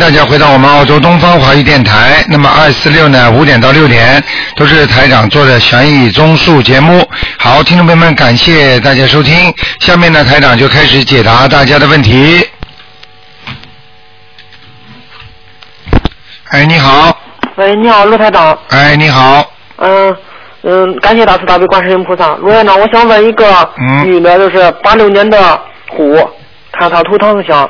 大家回到我们澳洲东方华语电台。那么二四六呢，五点到六点都是台长做的悬疑综述节目。好，听众朋友们，感谢大家收听。下面呢，台长就开始解答大家的问题。哎，你好，喂，你好，陆台长。哎，你好，嗯嗯，感谢大慈大悲观世音菩萨。卢院长，我想问一个嗯女的，就是八六年的虎，看她图腾想。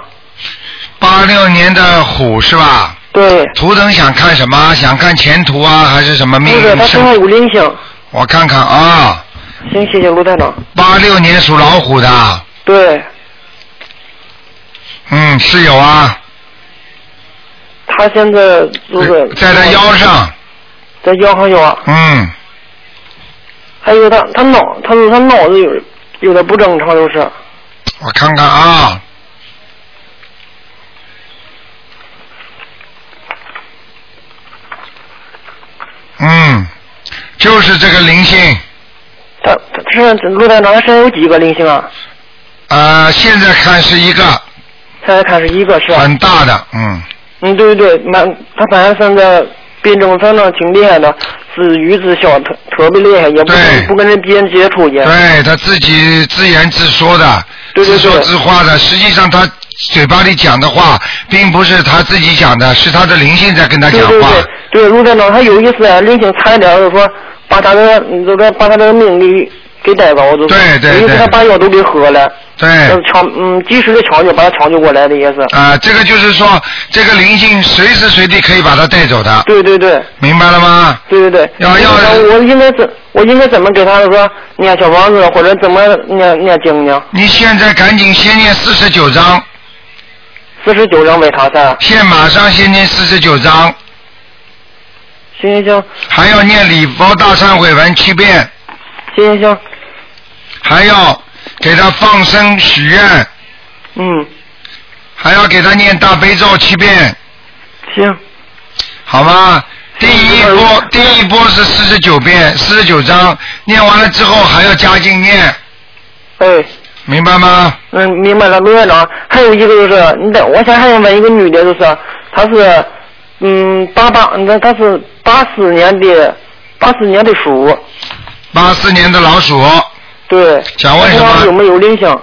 八六年的虎是吧？对，图腾想看什么？想看前途啊，还是什么不命是她运？身上有灵性。我看看啊，行，谢谢卢台长。八六年属老虎的，对，嗯，是有啊，她现在就是在他腰，上，在腰上有啊。嗯，还有她，她脑，她她脑子有有点不正常，就是。我看看啊，嗯，就是这个灵性，她她身上卢台长，她身上有几个灵性啊？呃，现在看是一个现在看是一个是吧？啊很大的，嗯，嗯，对对对，蛮他本来现在病症反正挺厉害的，自娱自笑特特别厉害，也不对不跟人别人接触也。对他自己自言自说的，对对自说对自话的，实际上他嘴巴里讲的话，并不是他自己讲的，是他的灵性在跟他对讲话。对对对，卢站长他有一次啊临行差一点就说把他的就给把他的命给给带走，就对对有一次对他把药都给喝了，对就是抢嗯及时的抢救把他抢救过来的也是。啊、这个就是说，这个灵性随时随地可以把它带走的，对对对明白了吗？对对对。要要我应该怎我应该怎么给他说念小房子或者怎么念念经呢？你现在赶紧先念四十九章，四十九张为他噻，现在马上先念四十九章，行行行还要念礼佛大忏悔文七遍，行行行，还要给他放生许愿，嗯。还要给他念大悲咒七遍，行，好吗？第一波第一波是四十九遍，四十九章念完了之后还要加紧念，哎，明白吗？嗯，明白了，卢院长。还有一个就是，你等，我想还想问一个女的，就是她是，嗯，八八，那她是八四年的，八四年的鼠，八四年的老鼠，对。想问什么她身上有没有灵性？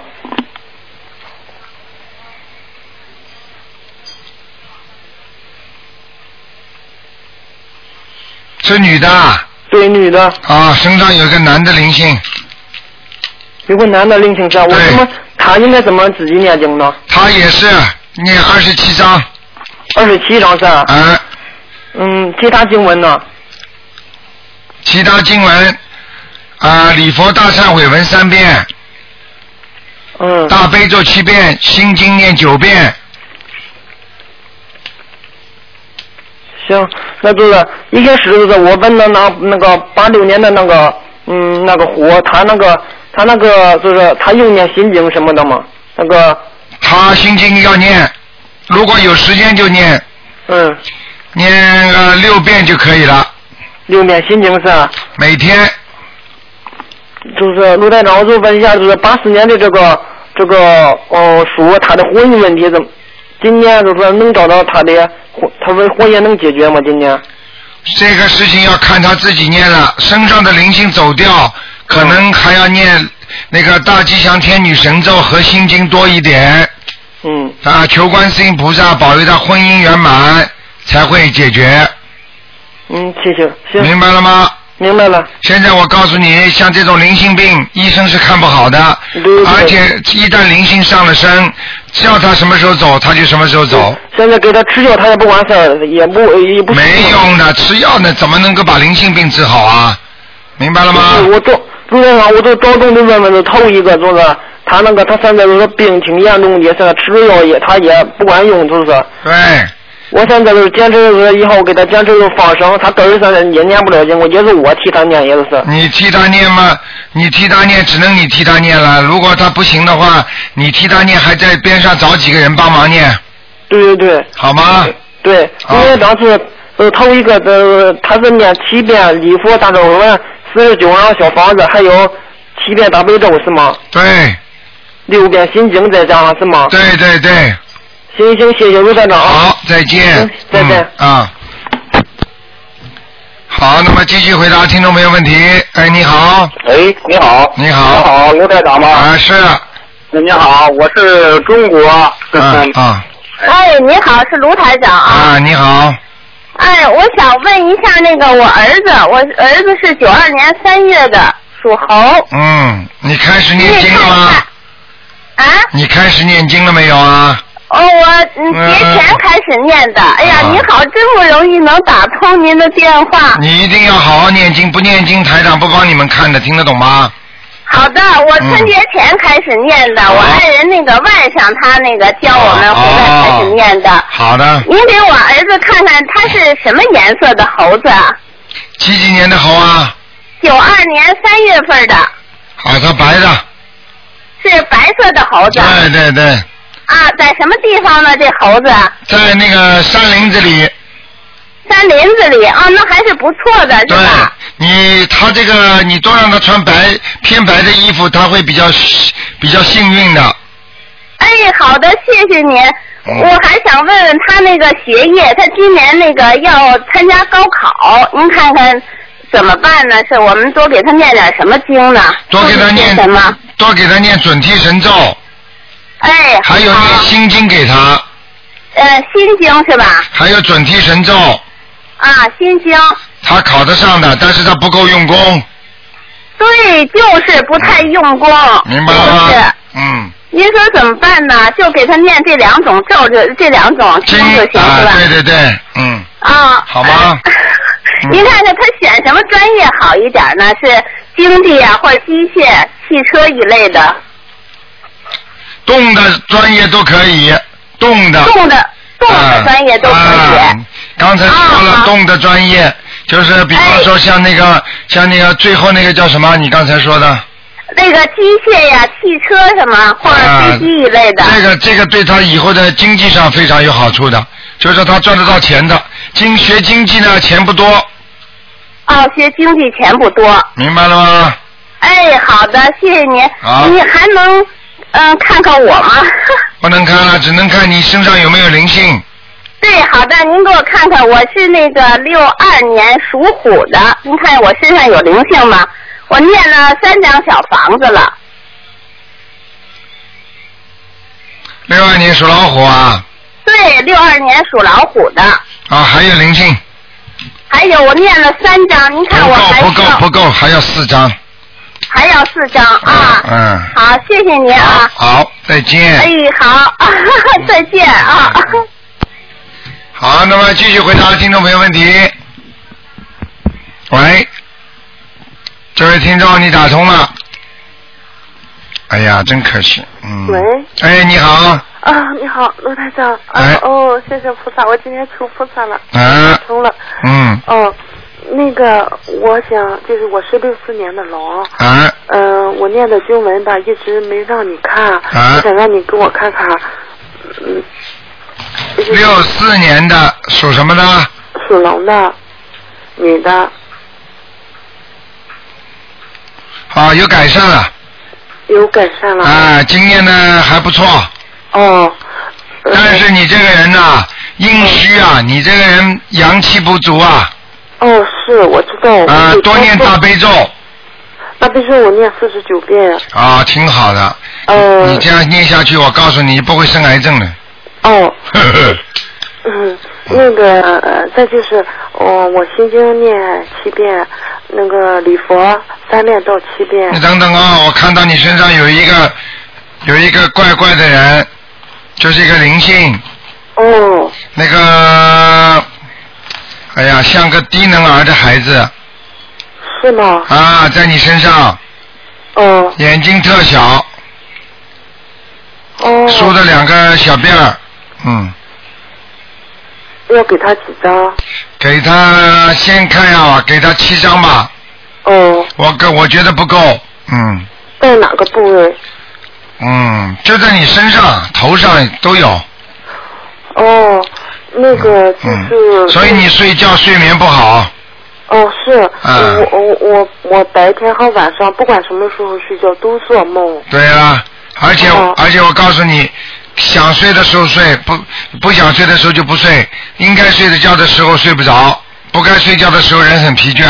是女的啊对，女的，啊，身上有一个男的灵性。有个男的灵性在，我对怎么，她应该怎么自己念经呢？他也是念二十七章，二十七章噻，呃，嗯，其他经文呢？其他经文啊、呃礼佛大忏悔文三遍，嗯，大悲咒七遍，心经念九遍，行，那就是一开始就是我问的那那个八六年的那个嗯那个虎，他那个他那个就是他用念心经什么的嘛，那个他心经要念，如果有时间就念，嗯念个六遍就可以了，六念心经是吧，每天就是卢台长，我就问一下，就是八四年的这个这个呃鼠，他的婚姻问题怎么？今年就是说能找到他的婚，他问婚姻能解决吗？今年这个事情要看他自己念了，身上的灵性走掉，可能还要念那个大吉祥天女神咒和心经多一点嗯，啊，求观世音菩萨保佑他婚姻圆满才会解决。嗯，谢谢，行，明白了吗？明白了，现在我告诉你，像这种灵性病，医生是看不好的，对对而且一旦灵性上了身，叫他什么时候走，他就什么时候走，现在给他吃药，他也不管事儿，也不也不没用的。吃药呢，怎么能够把灵性病治好啊？明白了吗？就是我中，陆院长，我都着重的问问，就头一个就是他那个，他现在就是病挺严重的，现在吃药也他也不管用，就是。对，我现在就是坚持就是以后给他坚持就放生，他到现在也念不了经，我也是我替他念，也就是。你替他念嘛，你替他念，只能你替他念了。如果他不行的话，你替他念，还在边上找几个人帮忙念，对对对好吗？对，好因为当时呃头一个呃他是念七遍礼佛大咒文，四十九张小房子，还有七遍大悲咒是吗？对，六遍心经再加上是吗？对对对，行行，谢谢卢站长啊。好，再见嗯。再见嗯啊。好，那么继续回答听众朋友问题。哎，你好，喂，哎你好。你好你好，刘台长吗？啊是，你好，我是中国。啊嗯啊哎，你好，是卢台长啊。啊，你好，哎，我想问一下那个我儿子，我儿子是九二年三月的，属猴。嗯，你开始你念得经看了一吗看？。啊？你开始念经了没有啊？哦，我嗯嗯节前开始念的。哎呀，啊嗯你好，真不容易能打通您的电话。你一定要好好念经，不念经台长不帮你们看的，听得懂吗？好的，我春节前开始念的，嗯我爱人那个外甥他那个教我哦们，后来开始念的。好的，您给我儿子看看他是什么颜色的猴子？啊几几年的猴啊？九二年三月份的，好的，白的，是白色的猴子。对对对，啊，在什么地方呢？这猴子在那个山林子里，哎山林子里啊，那还是不错的，是对吧？你，他这个你多让他穿白偏白的衣服，他会比较比较幸运的。哎，好的，谢谢您。嗯我还想问问他那个学业，他今年那个要参加高考，您看看怎么办呢？是我们多给他念点什么经呢？多给他念什么？多给他念准提神咒，哎，还有好念心经给他，呃心经是吧？还有准提神咒，啊，心经，他考得上的，但是他不够用功，对，就是不太用功，嗯明白了就是吗？嗯，您说怎么办呢？就给他念这两种咒，这这两种经经就行、是吧啊，？对对对，嗯，啊，好吗 您看看他选什么专业好一点呢？是经济啊，或者机械、汽车一类的，啊动的专业都可以，动的，动的动的专业都可以。啊啊刚才说啊了啊动的专业，就是比方说像那个像那个最后那个叫什么？你刚才说的。那个机械呀、汽车什么，或者飞机一类的。啊这个这个对他以后的经济上非常有好处的，就是说他赚得到钱的。经学经济呢，钱不多，哦，学经济钱不多。明白了吗？哎，好的，谢谢您。好你还能嗯、看看我吗？ 不能看了，只能看你身上有没有灵性。对，好的，您给我看看，我是那个六二年属虎的，您看我身上有灵性吗？我念了三张小房子了，六二年属老虎啊，对，六二年属老虎的，啊还有灵性，还有我念了三张，您不看我够还不够要不够，还要四张。还要四张啊，嗯，好，谢谢您好啊，，好，再见。哎，好， 再见啊。嗯 好，那么继续回答听众朋友问题。喂，这位听众，你打通了。哎呀，真可惜，嗯。喂。哎，你好。啊，你好，罗台长。啊、哎哦，谢谢菩萨，我今天求菩萨了，啊，成了。嗯，哦，那个，我想就是我是六四年的龙，啊，嗯、我念的经文吧，一直没让你看，啊我想让你给我看看，嗯，就是六四年的属什么呢？属龙的女的啊，有改善了，有改善了。啊，经验呢还不错，哦，呃但是你这个人呐、阴虚啊，你这个人阳气不足啊，哦，是我知道。啊我，多念大。悲咒大悲咒我念四十九遍。啊，挺好的。呃，你这样念下去，我告诉你，不会生癌症的。哦，呵呵嗯，那个，呃再就是，哦，我心经念七遍，那个礼佛三遍到七遍你。等等啊，我看到你身上有一个有一个怪怪的人，就是一个灵性。哦，那个，哎呀，像个低能儿的孩子是吗？啊，在你身上，啊哦眼睛特小，哦，梳的两个小辫儿，嗯，要给他几张？给他先看啊，给他七张吧，哦，我个我觉得不够，嗯在哪个部位？嗯，就在你身上、头上都有，哦，那个就嗯，是。所以你睡觉睡眠不好，哦，是、嗯我我我我白天和晚上不管什么时候睡觉都做梦。啊对啦，而且、哦而且我告诉你，想睡的时候睡，不不想睡的时候就不睡，应该睡的觉的时候睡不着，不该睡觉的时候人很疲倦。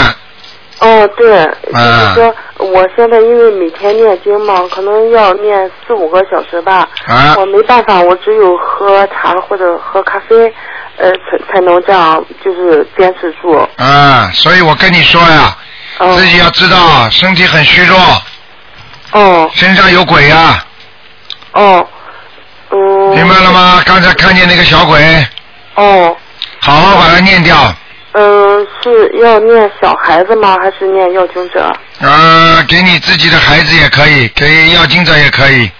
哦，对，就是嗯说，我现在因为每天念经嘛，可能要念四五个小时吧。啊我没办法，我只有喝茶或者喝咖啡，呃，才才能这样，就是坚持住。啊，所以我跟你说呀，哦自己要知道身体很虚弱，哦身上有鬼呀，哦，嗯。明白了？吗？刚才看见那个小鬼，哦，好好把它念掉。嗯、是要念小孩子吗？还是念要经者？呃，给你自己的孩子也可以，给要经者也可以，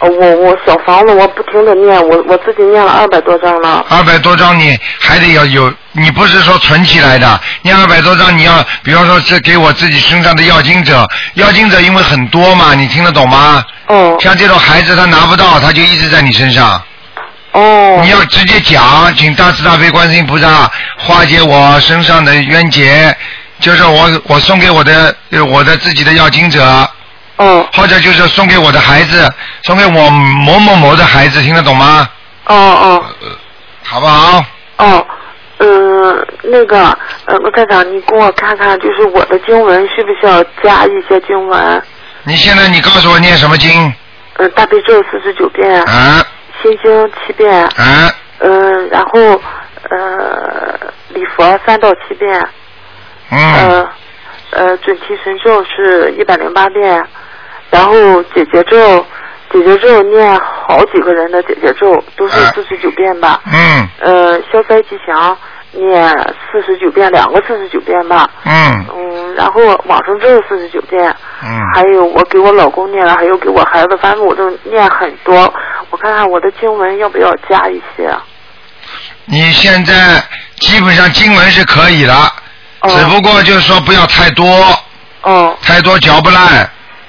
呃我我小房子我不停的念，我我自己念了二百多张了。二百多张你还得要有，你不是说存起来的，你二百多张你要，比方说是给我自己身上的要经者，要经者因为很多嘛，你听得懂吗？哦像这种孩子他拿不到，他就一直在你身上。哦你要直接讲，请大慈大悲观世音菩萨化解我身上的冤结，就是我我送给我的呃我的自己的要经者，哦或者就是送给我的孩子，送给我某某某的孩子，听得懂吗？哦哦好不好？哦，嗯，那个，呃，罗站长，你给我看看，就是我的经文需不需要加一些经文？你现在你告诉我念什么经？呃，大悲咒四十九遍，啊心经七遍，啊，嗯，然后呃，礼佛三到七遍，嗯，呃呃，准提神咒是一百零八遍，然后姐姐咒，姐姐咒念好几个人的姐姐咒，都是啊四十九遍吧。嗯呃，消灾吉祥念四十九遍，两个四十九遍吧。嗯嗯，然后往生咒四十九遍，还嗯，有我给我老公念了，还有给我孩子，反正我都念很多。我看看我的经文要不要加一些？啊你现在基本上经文是可以了，哦只不过就是说不要太多，哦太多嚼不烂，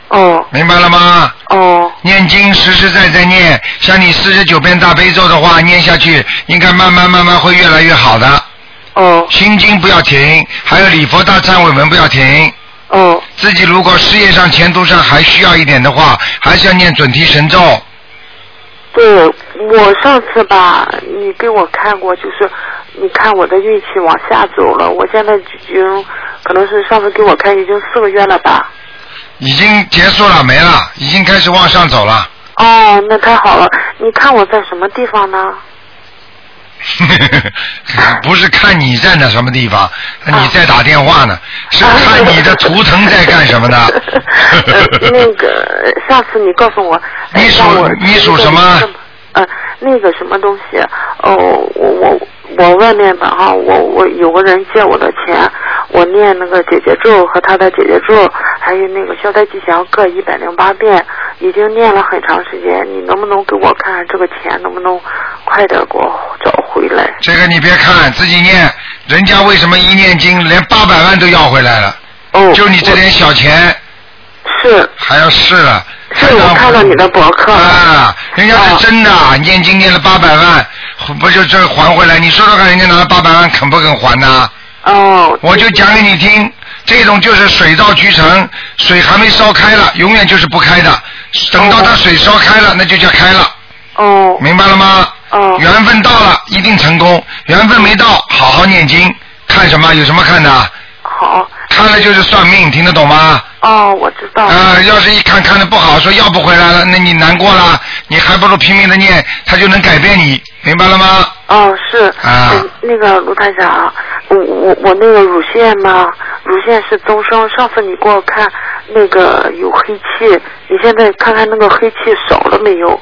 哦明白了吗？哦念经实实在在念，像你四十九遍大悲咒的话，念下去应该慢慢慢慢会越来越好的。哦心经不要停，还有礼佛大忏悔文不要停。哦自己如果事业上、前途上还需要一点的话，还是要念准提神咒。对我上次吧，你给我看过，就是你看我的运气往下走了，我现在已经可能是上次给我看已经四个月了吧。已经结束了，没了，已经开始往上走 了。哦，那太好了！你看我在什么地方呢？不是看你在那什么地啊方，你在打电话呢，是看你的图腾在干什么 呢呃？ 那个，上次你告诉 我，呃你属让我你属什么？呃，那个什么东西？哦，我我我外面吧哈，我我有个人借我的钱，我念那个姐姐咒和他的姐姐咒，还有那个消灾吉祥各一百零八遍，已经念了很长时间。你能不能给我看看这个钱能不能快点给我找回来？这个你别看，自己念。人家为什么一念经连八百万都要回来了？哦，就你这点小钱我是还要试了？是台长我看到你的博客啊，人家是啊真的，念经念了八百万，不就这还回来？你说说看，人家拿了八百万肯不肯还呢？哦，我就讲给你听，这种就是水到渠成，水还没烧开了，永远就是不开的。等到它水烧开了，那就叫开了，哦明白了吗？哦缘分到了，一定成功；缘分没到，好好念经。看什么？有什么看的？好看了就是算命，听得懂吗？哦，我知道啊、了。要是一看看的不好，说要不回来了，那你难过了，你还不如拼命的念，他就能改变你，明白了吗？哦，是，啊嗯那个卢台长啊，我我我那个乳腺嘛，乳腺是增生。上次你给我看那个有黑气，你现在看看那个黑气少了没有？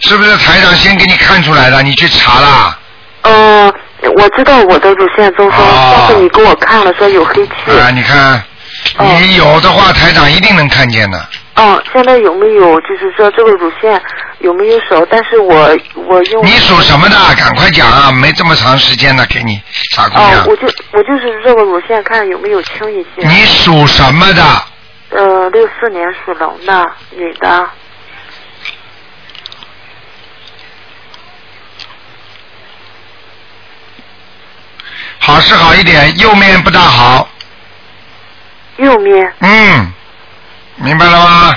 是不是台长先给你看出来的？你去查啦。嗯，我知道我的乳腺增生，哦上次你给我看了说有黑气。啊，你看，哦你有的话，台长一定能看见的。嗯，现在有没有就是说这个乳腺有没有少？但是我我用你属什么的？赶快讲啊！没这么长时间了，给你傻姑哦娘，我。就我就是这个乳腺看有没有轻一些。你属什么的？呃，六四年属龙的女的。好是好一点，右面不大好。右面，嗯，明白了吗？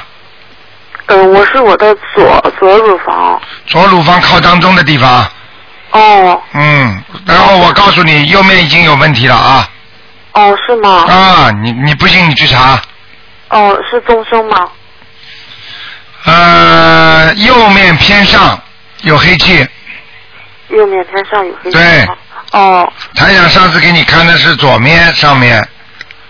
呃，我是我的左左乳房。左乳房靠当中的地方，哦嗯，然后我告诉你，右面已经有问题了啊哦，是吗？啊，你你不信你去查，哦，是增生吗？呃，右面偏上有黑气，右面偏上有黑对气吗？哦台长上次给你看的是左面上面，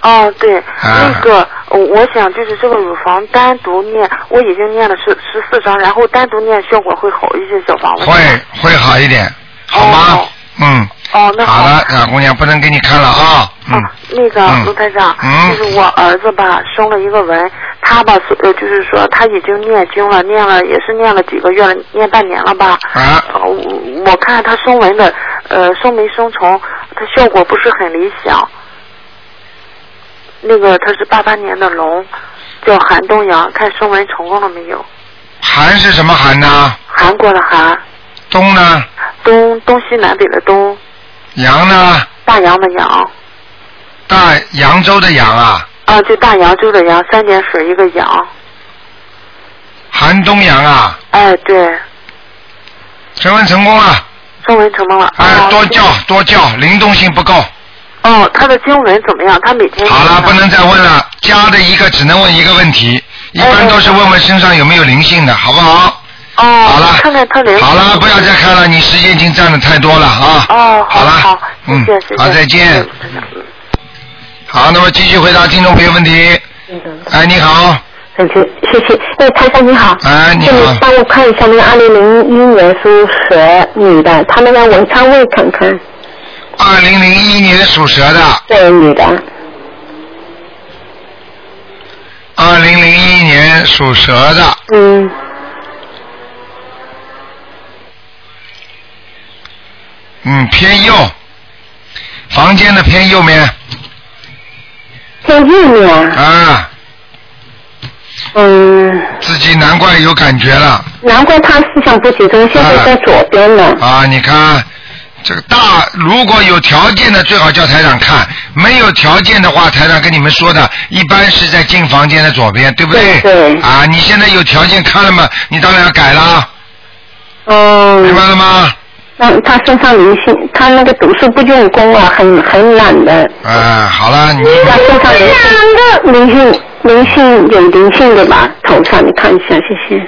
哦，对，啊那个呃我想就是这个乳房单独念，我已经念了十十四章，然后单独念效果会好一些，小房子。会会好一点，好吗？哦嗯，哦，那好了，傻姑娘不能给你看了啊，嗯，啊，那个嗯卢台长，嗯就是我儿子吧，生了一个文，他吧，所呃，就是说他已经念经了，念了也是念了几个月了，念半年了吧。啊呃，我我看他生文的，呃，生没生成，他效果不是很理想。那个他是八八年的龙，叫韩东阳，看生文成功了没有？寒是什么寒呢？韩国的韩，冬呢？东东西南北的东，阳呢？大洋的洋，大扬州的扬啊，啊，就大洋洲的洋，三点水一个洋，寒冬阳啊，哎，对。成文成功了，中文成功了。哎，哦多叫多叫，灵动性不够，哦，他的经文怎么样？他每天好了，念吗不能再问了，加的一个只能问一个问嗯题，一般都是问问身上有没有灵性的，好不好？哦，好了，看看他灵。好了，不要再看了，你时间已经占的太多了啊。哦，好好了，好，谢嗯谢，谢谢。好，再见。嗯好，那么继续回答听众朋友问题。哎，你好，嗯，就谢谢。哎，台长你好。哎，你请好你，帮我看一下那个二零零一年属蛇女的，她那个文昌位看看。二零零一年属蛇的，对，女的。二零零一年属蛇的，嗯，嗯，偏右，房间的偏右面偏右面啊。啊，嗯，自己难怪有感觉了难怪她思想不集中，现在在左边呢。啊！你看这个大，如果有条件的最好叫台长看，没有条件的话，台长跟你们说的，一般是在进房间的左边，对不对？对对啊，你现在有条件看了嘛，你当然要改啦，哦、明白了吗？那她身上灵性，她那个读书不用功啊，很很懒的。啊，好了，你她身上灵性，灵性灵性有灵性的吧？头上你看一下，谢谢。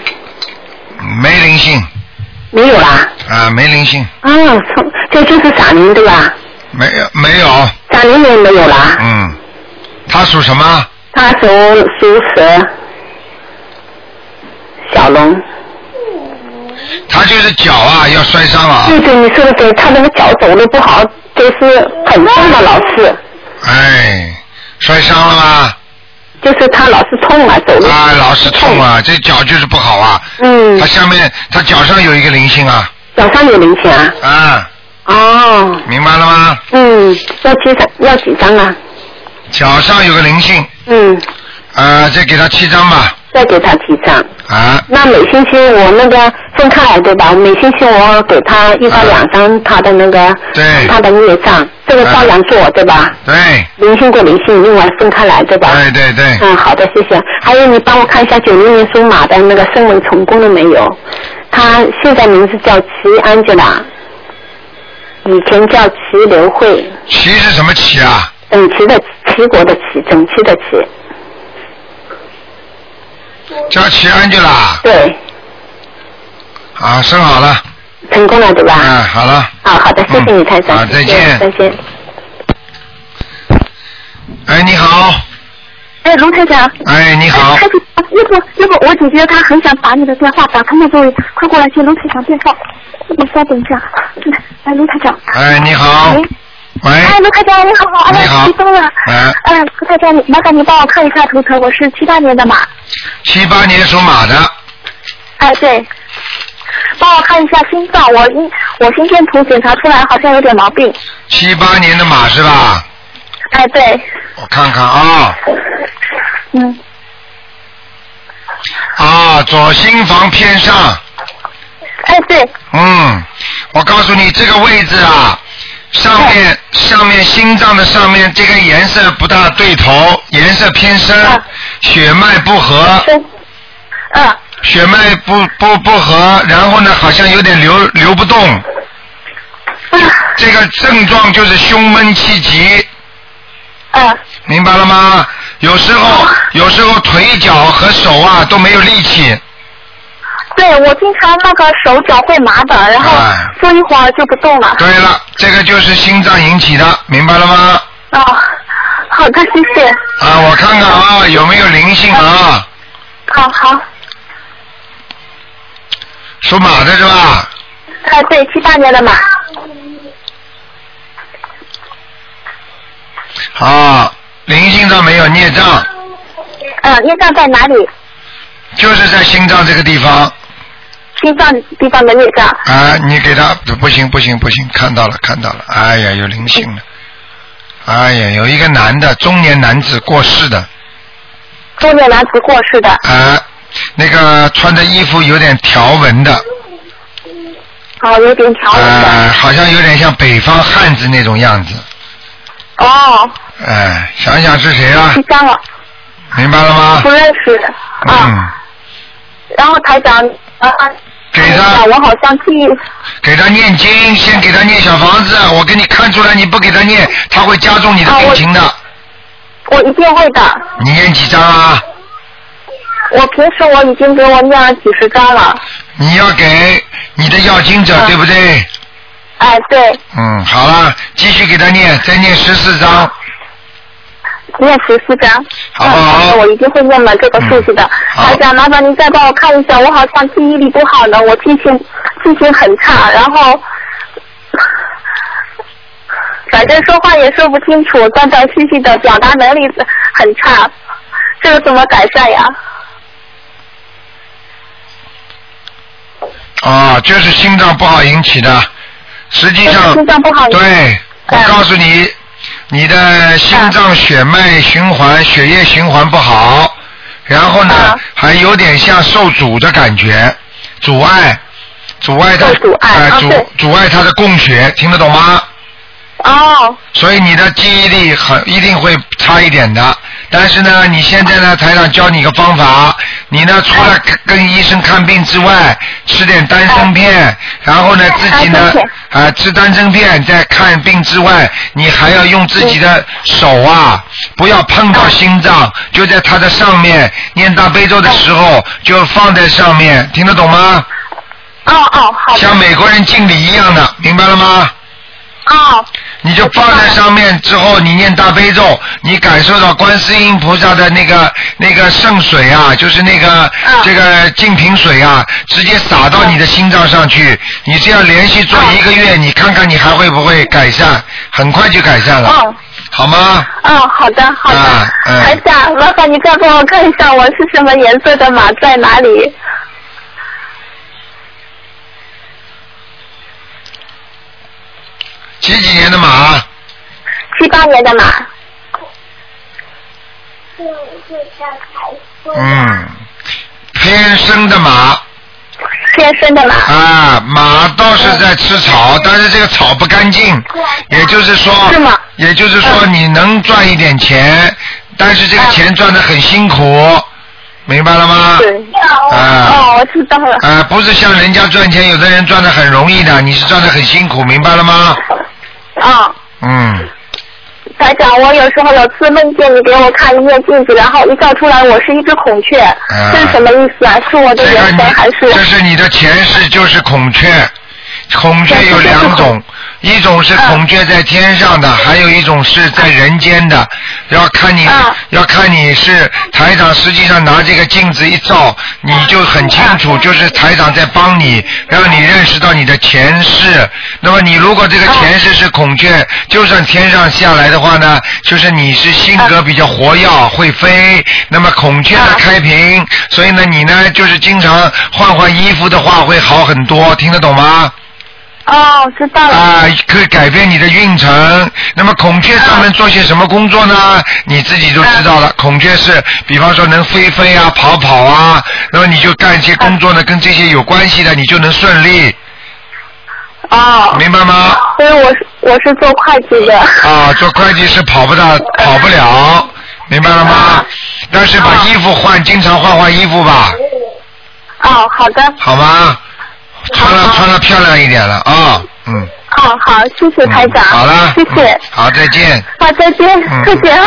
没灵性没有啦。啊，没灵性，啊，从这就是闪灵对吧？没有没有，闪灵也没有啦。嗯，他属什么？他属属蛇，小龙。他就是脚啊，要摔伤了啊。对对，你说的对，他那个脚走路不好，就是很痛的，老啊是，哎，摔伤了吧？就是他老是痛啊，走路。啊，老是痛啊，这脚就是不好啊。嗯他，下面，他脚上有一个灵性啊，脚上有灵性啊。啊，哦，明白了吗？嗯，要几张？要几张啊？脚上有个灵性，嗯，啊，再给他七张吧，再给他几张。啊，那每星期我那个分开来对吧？每星期我给他一到两张他的那个对他的孽障，这个照样做对吧？对，灵性跟灵性另外分开来对吧？对对对，嗯，好的，谢谢。还有，你帮我看一下九零年属马的那个生文成功了没有？他现在名字叫齐安吉拉，以前叫齐刘慧，旗是什么旗啊？整齐的齐国的齐，整齐的齐。叫旗安吉啦，对，啊，生好了，成功了对吧？啊，好了，啊，好的，谢谢你，台长。好再见谢谢再见。哎，你好，哎，卢台长。哎，你好哎，台长，要不要不，我总觉得他很想打你的电话，打通了之后，快过来接卢台长电话。你稍等一下，哎，卢台长。哎，你好，喂，哎，卢台长，你好，哎你好呀，激动了。哎嗯，卢台长，你麻烦你帮我看一下图腾，我是七八年的马。七八年属马的，哎，对，帮我看一下心脏，我一我心电图检查出来好像有点毛病。七八年的马是吧？哎，对，我看看啊、嗯，啊，左心房偏上，哎，对，嗯，我告诉你这个位置啊，上面上面心脏的上面这个颜色不大对头，颜色偏深啊，血脉不和，是，嗯，血脉不不不和，然后呢好像有点流流不动。这个症状就是胸闷气急。嗯。明白了吗？有时候有时候腿脚和手啊都没有力气。对，我经常那个手脚会麻的，然后哎坐一会儿就不动了。对了，这个就是心脏引起的，明白了吗？啊、好的，谢谢。啊，我看看啊，有没有灵性啊？啊，好。属马的是吧？啊，对，七八年的马。啊，灵性上没有孽障，嗯、孽障在哪里？就是在心脏这个地方。心脏地方的孽障。啊，你给他不行不行不行，看到了看到了，哎呀，有灵性了，哎呀，有一个男的中年男子过世的，中年男子过世的，啊，那个穿的衣服有点条纹的，哦，有点条纹的。啊，好像有点像北方汉子那种样子，哦，哎、想想是谁啊了第，三了，明白了吗啊不？认识的啊。嗯，然后台长，啊，给啊他我好像记，给他念经，先给他念小房子，啊我给你看出来，你不给他念，他会加重你的啊病我情的。我一定会的。你念几张啊？我平时我已经给我念了几十张了。你要给你的要经者，啊对不对？哎，对，嗯，好了，继续给他念，再念十四章，念十四张。好不嗯好的？我一定会念满这个数字的。嗯好台长，麻烦您再帮我看一下，我好像记忆力不好呢，我记性记性很差，然后。反正说话也说不清楚，断断续续的，表达能力很差，这个怎么改善呀？啊，就是心脏不好引起的，实际就是上心，脏不好。对，我嗯告诉你，你的心脏血脉循环、血液循环不好，然后呢嗯，还有点像受阻的感觉，阻碍，阻碍它受，阻碍哎啊对阻阻碍它的供血，听得懂吗？哦，所以你的记忆力很一定会差一点的。但是呢，你现在呢，台长教你一个方法，你呢除了跟跟医生看病之外，吃点丹参片，然后呢自己呢啊丹参片啊吃丹参片，在看病之外，你还要用自己嗯的手啊，不要碰到心啊脏，就在它的上面念大悲咒的时候就放在上面，听得懂吗？哦哦，好的。像美国人敬礼一样的，明白了吗？哦，你就放在上面之后，你念大悲咒，你感受到观世音菩萨的那个那个圣水啊，就是那个、嗯这个净瓶水啊，直接洒到你的心脏上去。你这样连续做一个月，你看看你还会不会改善？很快就改善了，哦。好吗？哦，好的，好嗯的。啊嗯台长，麻烦你再帮我看一下我是什么颜色的马，在哪里？几几年的马？七八年的马。嗯，偏生的马天生的马。啊，马倒是在吃哦草，但是这个草不干净，也就是说，啊是吗嗯也就是说，你能赚一点钱，但是这个钱赚的很辛苦，明白了吗？对。啊哦，我知道了。啊、不是像人家赚钱，有的人赚的很容易的，你是赚的很辛苦，明白了吗？哦，嗯，台长，我有时候有次梦见你给我看一面镜子，然后一照出来我是一只孔雀，啊这是什么意思啊？是我这的个缘你分还是？这是你的前世就是孔雀，孔雀有两种，一种是孔雀在天上的，还有一种是在人间的。要看你、嗯要看你是台长，实际上拿这个镜子一照，你就很清嗯楚，就是台长在帮你，让你认识到你的前世。那么你如果这个嗯前世是孔雀，就算天上下来的话呢，就是你是性格比较活跃，会飞。那么孔雀呢嗯开屏，所以呢你呢就是经常换换衣服的话会好很多，听得懂吗？哦，知道了。啊，可以改变你的运程。那么孔雀上面做些什么工作呢？你自己就知道嗯了。孔雀是，比方说能飞飞啊，跑跑啊，那么你就干一些工作呢，跟这些有关系的，你就能顺利，哦。明白吗？所以我是我是做会计的。啊，做会计是跑不大，跑不了，明白了吗啊？但是把衣服换，经常换换衣服吧。哦，好的，好吗？穿了穿了漂亮一点了啊、嗯。哦，好，谢谢台嗯长，好了，谢谢嗯，好，再见。好，再见，嗯谢谢啊。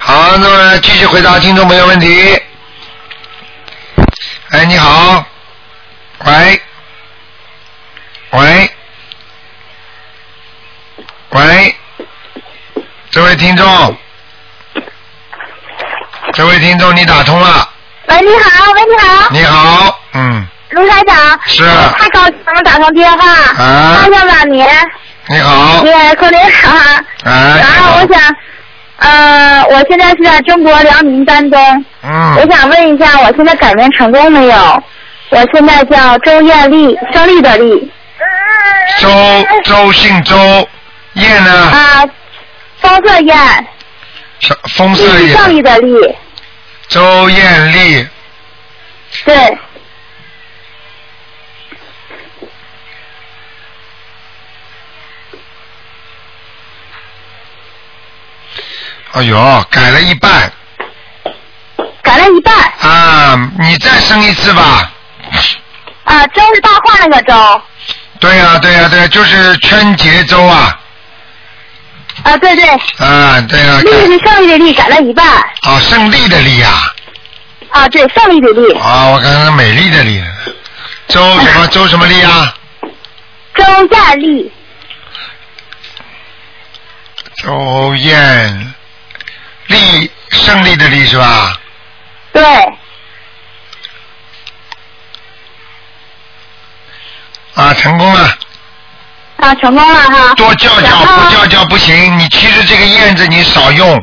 好，那么继续回答听众朋友问题。哎，你好，喂，喂，喂，这位听众，这位听众，你打通了，喂，你好，喂，你好，你好，嗯，卢台长，是太高兴能打通电话，啊看校长您，你好您，过年好啊。哎，然后我想，呃，我现在是在中国辽宁丹东，嗯，我想问一下，我现在改名成功没有？我现在叫周艳丽，胜利的丽周周姓周，叶呢，啊，方色艳，小风丽色是叶，胜利的丽，周艳丽，对，哎呦，改了一半。改了一半啊，你再生一次吧。啊，周是大话那个周，啊对呀、对呀、对呀、啊就是春节周啊，啊，对对，啊，对呀、丽改是胜利的丽，改了一半啊，胜利的利呀、啊，对，胜利的丽，啊，我刚刚美丽的丽，周什 么周什么丽啊？周艳丽，周艳丽，胜利的丽是吧？对，啊，成功了，啊，成功了哈，多叫然叫，后不叫叫不行。你其实这个燕字你少用，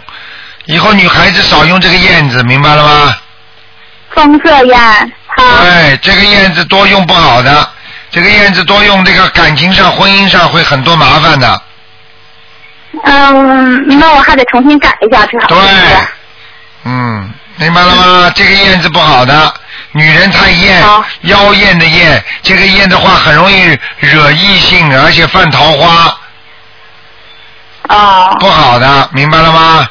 以后女孩子少用这个燕字，明白了吗？风色艳，好，对，哎这个燕子多用不好的，这个燕子多用，这个感情上、婚姻上会很多麻烦的。嗯，那我还得重新改一下最好，对是不是，嗯，明白了吗？这个燕子不好的，女人太艳好，妖艳的艳，这个艳的话很容易惹异性，而且犯桃花，哦，不好的，明白了吗？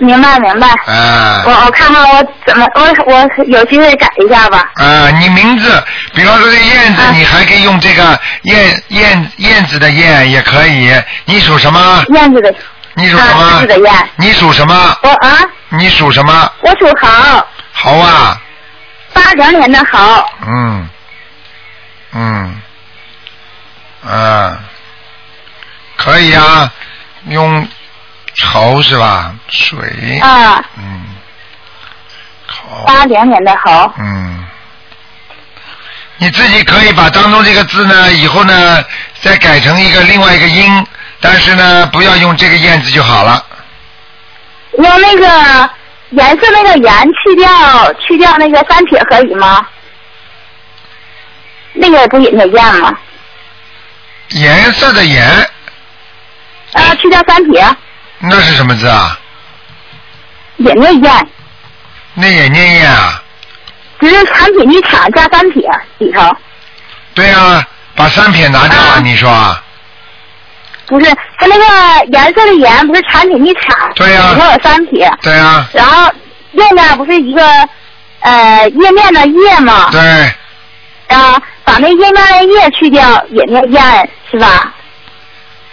明白明白。啊、我我看看我怎么我我有机会改一下吧。啊、你名字，比方说这个燕子，啊你还可以用这个燕燕燕子的燕也可以。你属什么？燕子的你属什啊，么是？的燕。你属什么？我啊，你属什么？我属猴，猴啊，八零年的猴。嗯，嗯，啊，可以啊，用猴是吧？水，啊，嗯，猴，八零年的猴。嗯，你自己可以把当中这个字呢，以后呢再改成一个另外一个音，但是呢不要用这个燕字就好了。用那个颜色那个颜去掉去掉那个三撇可以吗？那个不也叫燕吗？颜色的颜，啊，去掉三撇那是什么字啊？也叫燕，那也念燕啊？只是产品一厂加三撇里头，对啊，把三撇拿掉啊，啊你说啊？不是它那个颜色的颜不是产品一厂，对呀里头有三撇。对啊，然后页呢不是一个呃页面的页吗？对，啊，把那页面的页去掉也念燕是吧？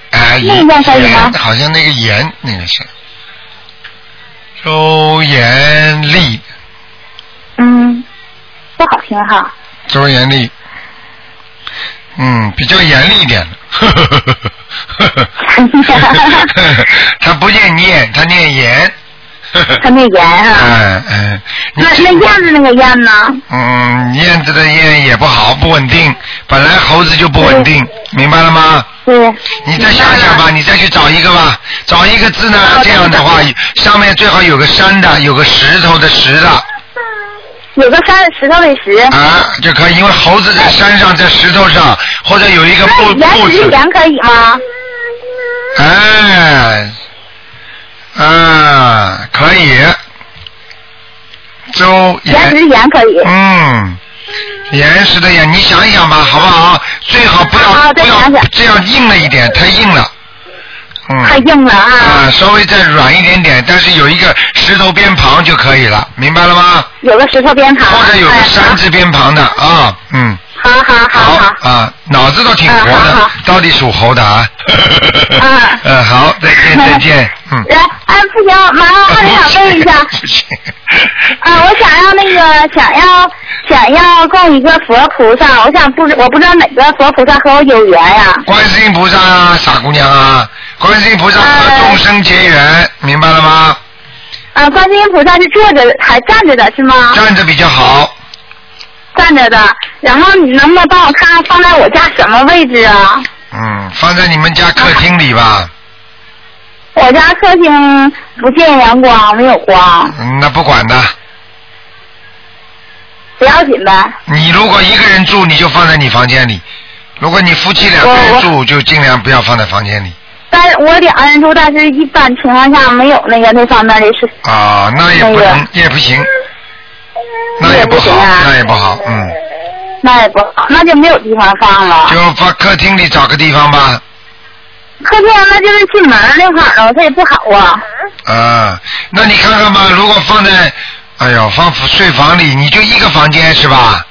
哎，那个可以吗盐好像那个盐那个是周延丽，嗯，不好听哈。周延丽，嗯，比较严厉一点 的，呵呵呵呵呵呵呵他不念念，他念盐，呵它呵那言 啊，哎哎，你那那燕子那个燕呢？嗯，燕子的燕也不好，不稳定，本来猴子就不稳定，嗯明白了吗？对，你再想想吧，你再去找一个吧，找一个字呢哎好，的这样的话上面最好有个山的，有个石头的石的有个山石头的石，啊就可以，因为猴子在山上，在石头上，或者有一个嗯那布布言石子，言可以吗？哎，啊，可以，周言岩，石言可以。嗯，岩石的岩，你想一想吧，好不好？最好不要好不再想要想这样硬了一点，太硬了，嗯太硬了啊，啊，稍微再软一点点，但是有一个石头边旁就可以了，明白了吗？有个石头边旁，或者有个哎山字边旁的啊，嗯，好好好好好。啊，脑子倒挺活嗯好的好，到底属猴的啊。 嗯嗯，好，再见再见，嗯。来，哎，不行，麻烦还得想问一下，啊，我想要那个，想要想要供一个佛菩萨，我想不知我不知道哪个佛菩萨和我有缘呀、 观世音菩萨啊，傻姑娘啊，观世音菩萨和哎众生结缘，明白了吗？啊。观世音菩萨是坐着的还站着的是吗？站着比较好，站着的。然后你能不能帮我看看放在我家什么位置啊？嗯，放在你们家客厅里吧，我家客厅不见阳光，没有光，嗯那不管的。不要紧呗。你如果一个人住，你就放在你房间里；如果你夫妻两个我人我住，就尽量不要放在房间里。但是我两人住，但是一般情况下没有那个那方面的事。啊，那也不能那，也不行，那那也也不不好行，啊那也不好，嗯，那也不好，那就没有地方放了。就放客厅里找个地方吧。客厅那就是进门那块儿了，它也不好啊。啊，那你看看吧，如果放在，哎呦，放睡房里，你就一个房间是吧？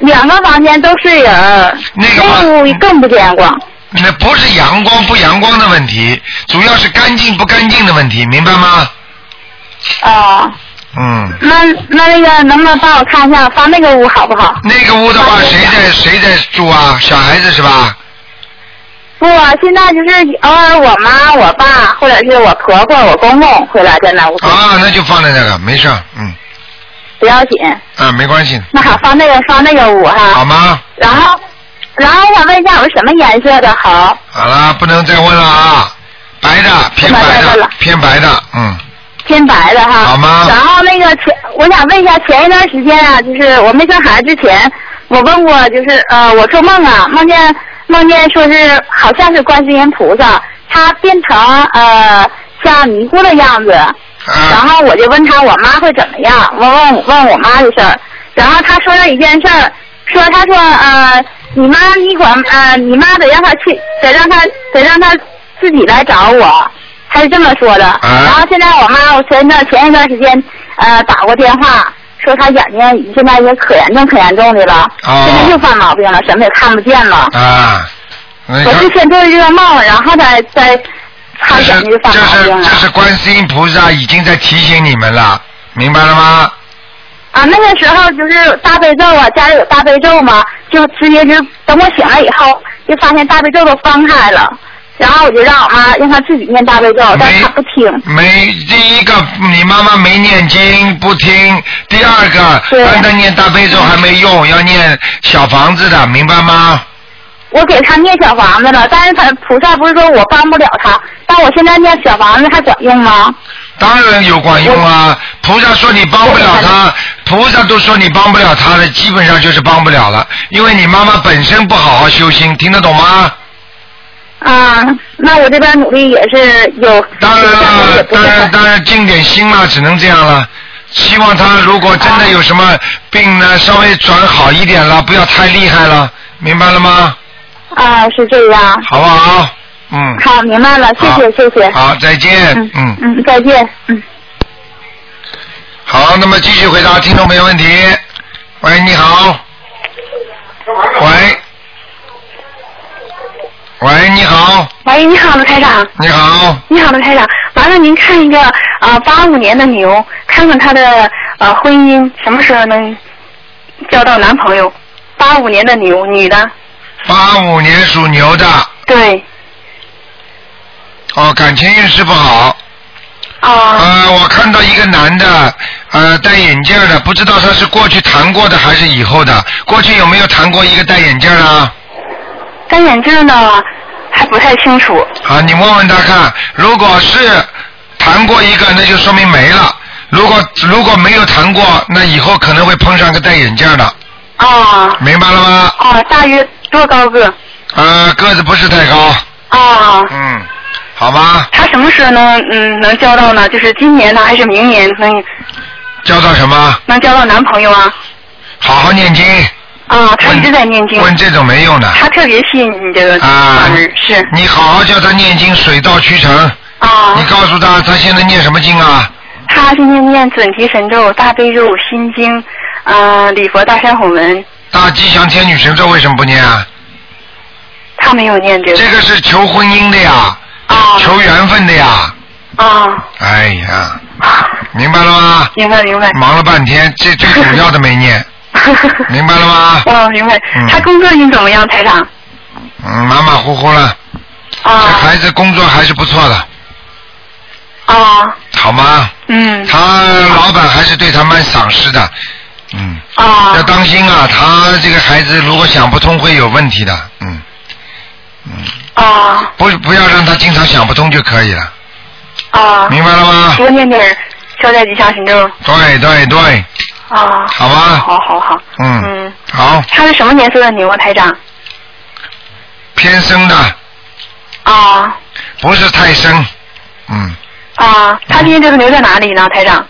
两个房间都睡人儿，那个房那屋更不见光。那不是阳光不阳光的问题，主要是干净不干净的问题，明白吗？啊、嗯，那那那个能不能帮我看一下，放那个屋好不好？那个屋的话，房间谁在谁在住啊？小孩子是吧？不，现在就是偶尔我妈、我爸，或者是我婆婆、我公公回来在那屋住，啊，那就放在那个，没事儿，嗯，不要紧。啊，没关系，那好，放那个放那个屋好哈。吗？然后，然后我想问一下，我是什么颜色的好？好了，不能再问了啊，白的偏不能白再问的了偏白的，嗯，偏白的哈。好吗然后那个前，我想问一下，前一段时间啊，就是我没生孩子之前，我问过，就是呃，我做梦啊，梦见梦见说是好像是观世音菩萨，他变成呃像尼姑的样子，然啊，后我就问他我妈会怎么样，我问我问我妈的事儿，然后他说了一件事儿，说他说呃你妈你管呃你妈得让她去得让她得让她自己来找我，他是这么说的。啊然后现在我妈我前段前一段时间呃打过电话。说她眼睛现在也可严重可严重的了，哦现在又犯毛病了，什么也看不见了。啊，那我之个。前做的这个梦，然后再再，她这是眼睛就这犯毛是病了这。是观世音菩萨已经在提醒你们了，明白了吗？啊，那个时候就是大悲咒啊，家里有大悲咒嘛，就直接就等我醒了以后，就发现大悲咒都翻开了，然后我就让我妈让她自己念大悲咒，但没是她不听。没，第一个你妈妈没念经不听，第二个对单单念大悲咒还没用，要念小房子的，明白吗？我给她念小房子了，但是她菩萨不是说我帮不了她，但我现在念小房子还管用吗？当然有管用啊！菩萨说你帮不了他，菩萨都说你帮不了他了，基本上就是帮不了了，因为你妈妈本身不好好修心，听得懂吗？啊，那我这边努力也是有，当然有了也，不当是然很当然尽点心了，只能这样了。希望他如果真的有什么病呢，稍微转好一点了，不要太厉害了，明白了吗？啊，是这样。好不好？嗯，好，明白了，谢谢好谢谢。好，再见嗯，嗯，嗯，再见，嗯。好，那么继续回答听众朋友问题。喂，你好。喂。喂，你好，喂，你好，卢台长。你好，你好，卢台长，麻烦您看一个啊，八、5五年的牛，看看她的呃婚姻什么时候能交到男朋友。八五年的牛，女的，八五年属牛的，对，哦，感情运势不好。啊、呃，我看到一个男的，呃，戴眼镜的，不知道他是过去谈过的还是以后的。过去有没有谈过一个戴眼镜的？啊戴眼镜呢还不太清楚，啊，你问问他看，如果是谈过一个，那就说明没了；如果如果没有谈过，那以后可能会碰上个戴眼镜的，啊、明白了吗？啊、大约多高个？呃，个子不是太高，啊、嗯，好吧，她什么时候能嗯能交到呢？就是今年呢，还是明年能叫到什么？能交到男朋友啊？哦好好念经，啊，他一直在念经，问这种没用的啊他特别信你这个啊法门，是。你好好叫他念经，水到渠成。啊你，告诉他，他现在念什么经啊？他今天念准提神咒、大悲咒、心经，啊呃，礼佛大忏悔文，大吉祥天女神咒为什么不念啊？他没有念这个。这个是求婚姻的呀，啊求缘分的呀。啊，哎呀，明白了吗？明白 明白。忙了半天，这最主要的没念，明白了吗？ 哦，明白嗯。他工作运怎么样，台长？嗯，马马虎虎了。这啊孩子工作还是不错的，啊，好吗？嗯他老板还是对他蛮赏识的，嗯，要啊当心啊，他这个孩子如果想不通会有问题的，嗯，啊不不要让他经常想不通就可以了，啊，明白了吗？多念点儿消灾吉祥神咒对对对，啊。好吧，好好好，嗯，嗯，好，他是什么颜色的牛啊，台长？偏生的啊不是太生，嗯，啊，他今天这个牛在哪里呢，台长？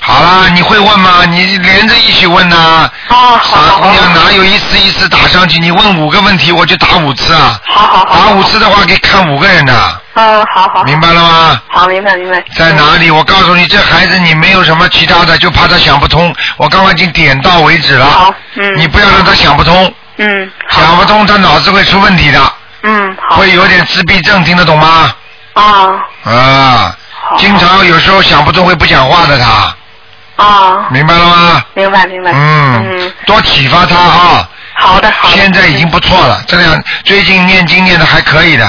好啦，你会问吗？你连着一起问呐、啊，好傻好姑娘好，哪有一次一次打上去？你问五个问题，我就打五次啊！好好打好，五次的话，可以看五个人的，嗯，好好明白了吗？好，明白明白。在哪里？我告诉你，这孩子你没有什么其他的，就怕他想不通。我刚刚已经点到为止了，好，嗯，啊你不要让他想不通，嗯想不通他脑子会出问题的，嗯好会有点自闭症，听得懂吗？啊啊，好经常有时候想不通会不讲话的他，啊，明白了吗？明白明白，嗯，多启发他哈。好的好的。现在已经不错了，嗯这两最近念经念的还可以的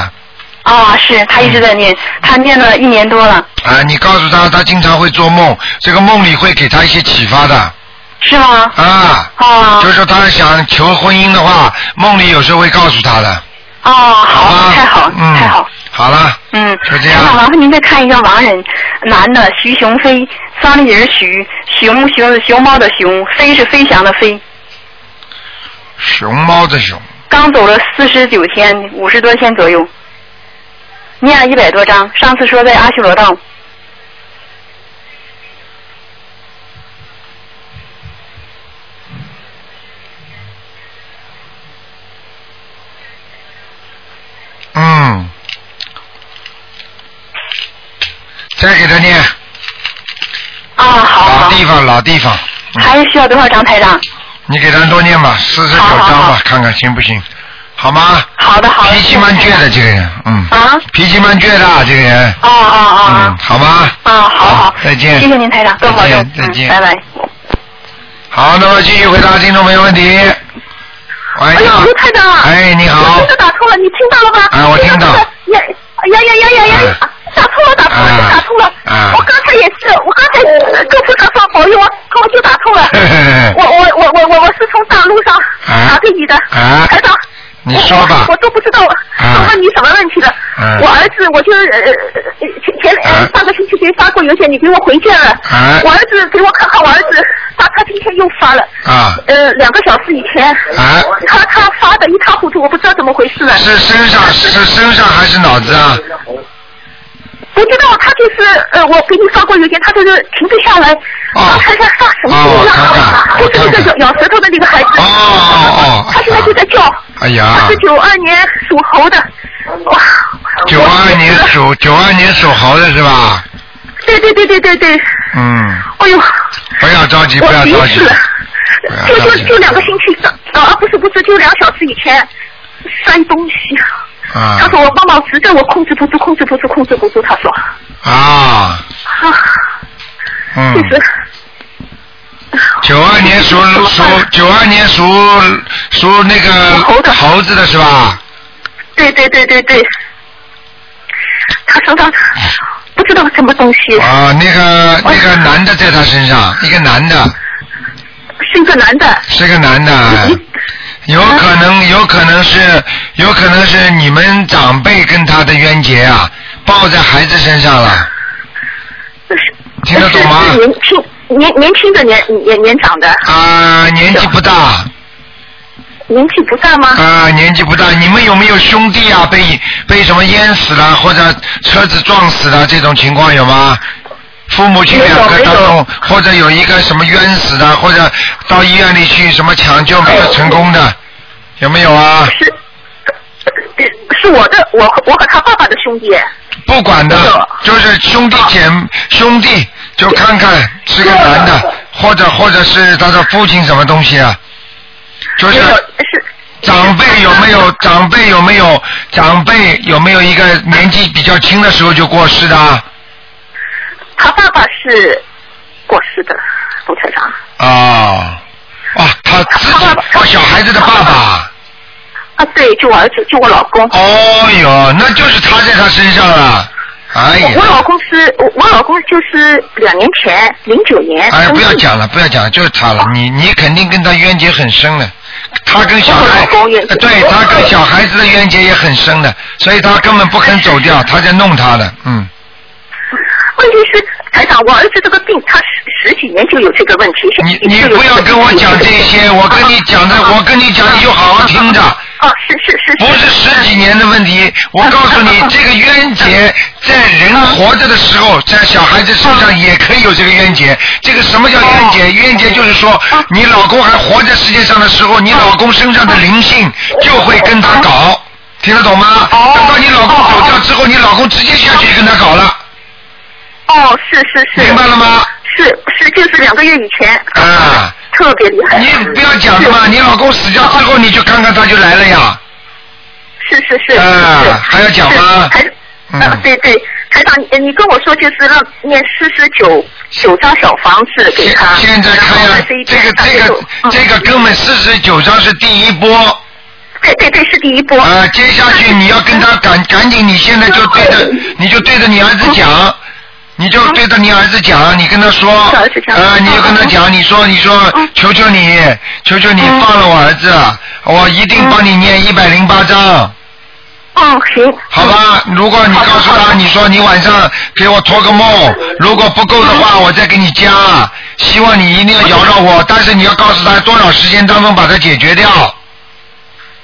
啊，是他一直在嗯念，他念了一年多了，啊！你告诉他，他经常会做梦，这个梦里会给他一些启发的是吗？啊。啊就是说他想求婚姻的话，梦里有时候会告诉他的，啊，好，吧？太好嗯，太好，，好了，嗯，就这样台长麻烦您再看一个亡人，男的徐雄飞，双立人徐，熊熊熊猫的熊，飞是飞翔的飞，熊猫的熊，刚走了四十九天，五十多天左右，念了一百多章，上次说在阿修罗道，嗯，再给他念，啊，好老好，地方老地方，还需要多少张台长？你给他多念吧，四十九好章好吧，好看看行不行，好吗？好的好的，脾气蛮倔的这个人，嗯，啊，脾气蛮倔的这个人，啊啊啊啊嗯，。好吧，啊，好好，再见谢谢您台长，多保再重，见再见嗯，拜拜。好，那么继续回答听众朋友问题。喂，你好，台长哎，你好，打错了，你听到了吧哎我听到哎呀呀呀呀呀呀！打错了，打错了，啊打错了！啊我刚才也是，我刚才各菩萨发保佑，我啊我就打错了。哎我我我我我我是从大陆上啊打给你的，啊台长。你说吧哎我我，都不知道我问你什么问题了。啊我儿子，我就呃呃前前啊呃上个星期给发过邮件，你给我回件了。啊我儿子给我看看，我儿子他他今天又发了。啊呃，两个小时以前，啊他他发的一塌糊涂，我不知道怎么回事了。是身上是身上还是脑子啊？我知道他就是呃，我给你发过邮件，他就是停不下来，哦他看看发什么哦图我了看看，就是我看那个看咬咬舌头的那个孩子。哦哦哦他现在就在叫。哎呀他是，九二年属猴的，哇！九二年属九二年属猴的是吧？对对对对对对，嗯，哎呦，不要着急，不我要第着一急次，不要就着就急就两个星期上，啊不是不是，就两小时以前摔东西。啊他说我帮忙实在我控制不住，控制不住，控制不住。他说，啊，啊，嗯就，是，九二年属属九二年属属那猴个的猴子的是吧？对对对对对，他身上不知道什么东西，啊，那个那个男的在他身上，一个男的，是一个男的，是个男嗯的，有可能有可能是有可能是你们长辈跟他的冤结啊，报在孩子身上了，听得懂吗？是年轻年年轻的年年年长的，啊，年纪不大，年纪不大吗？啊，年纪不大，你们有没有兄弟啊？被被什么淹死了，或者车子撞死了这种情况有吗？父母亲没有两个没有当中，或者有一个什么冤死的，或者到医院里去什么抢救没有成功的，有没有啊？是是我的，我和我和他爸爸的兄弟。啊不管没的有，就是兄弟姐兄弟，就看看是个男的，或者或者是他的父亲什么东西啊，就没是有是长辈有没有长辈有没有长辈有没有一个年纪比较轻的时候就过世的啊？他爸爸是过世的，卢台长。啊，哇，他自己他爸爸哦，小孩子的爸爸，啊，对，就我儿子，就我老公。哦哟，那就是他在他身上了，哎我我呀，老公是，我我老公就是两年前，零九年。哎，生不要病讲了，不要讲了，就是他了，你你肯定跟他冤结很深了。他跟小我孩老公冤，结对他跟小孩子的冤结也很深的，所以他根本不肯走掉，他在弄他的，嗯，问题是，台长，我儿子这个病，他十十几年就有这个问题。你现在你就有不要这个跟我问题讲这些，我跟你讲的，我跟你讲，你就好好听着。哦，是是是。不是十几年的问题，我告诉 你，这个冤结在人活着的时候，在小孩子身嗯上也可以有这个冤结。这个什么叫冤哦结？冤结就是说，嗯你老公还活在世界上的时候，你老公身上的灵性就会跟他嗯搞，听得懂吗？哦等到你老公走掉之后，你老公直接下去跟他搞了，哦，是是是。嗯明白了吗？是是，就是两个月以前，啊，特别厉害。你不要讲了 嘛，你老公死掉之后，你就看看他就来了呀。是是是。啊是还要讲吗是台嗯呃 对对，台长，你你跟我说就是让念四十九九张小房子给现他，现在看然后呀呢这一，这个这个天大概就嗯这个根本四十九章是第一波对对对，是第一波。啊、呃接下去你要跟他赶赶紧，你现在就对着你就对着你儿子讲，你就对着你儿子讲，你跟他说，对儿子讲呃，你就跟他讲，你说你说，嗯求求你，求求你放了我儿子，我一定帮你念一百零八章。嗯，行。嗯好吧，如果你告诉他，你说你晚上给我托个梦，如果不够的嗯话，我再给你加。希望你一定要饶到我，但是你要告诉他多少时间当中把它解决掉。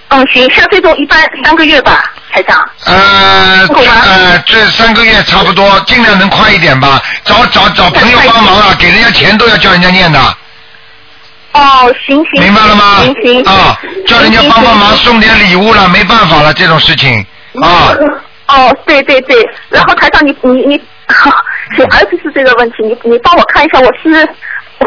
嗯，行，像这种一般三个月吧，台长。呃够吗呃，这三个月差不多，尽量能快一点吧。找找找朋友帮忙啊，给人家钱都要叫人家念的。哦，行行。明白了吗行？行。啊，叫人家帮帮忙，送点礼物了，没办法了，这种事情啊。哦，对对对，然后台长你你你，你儿子是这个问题，你你帮我看一下，我是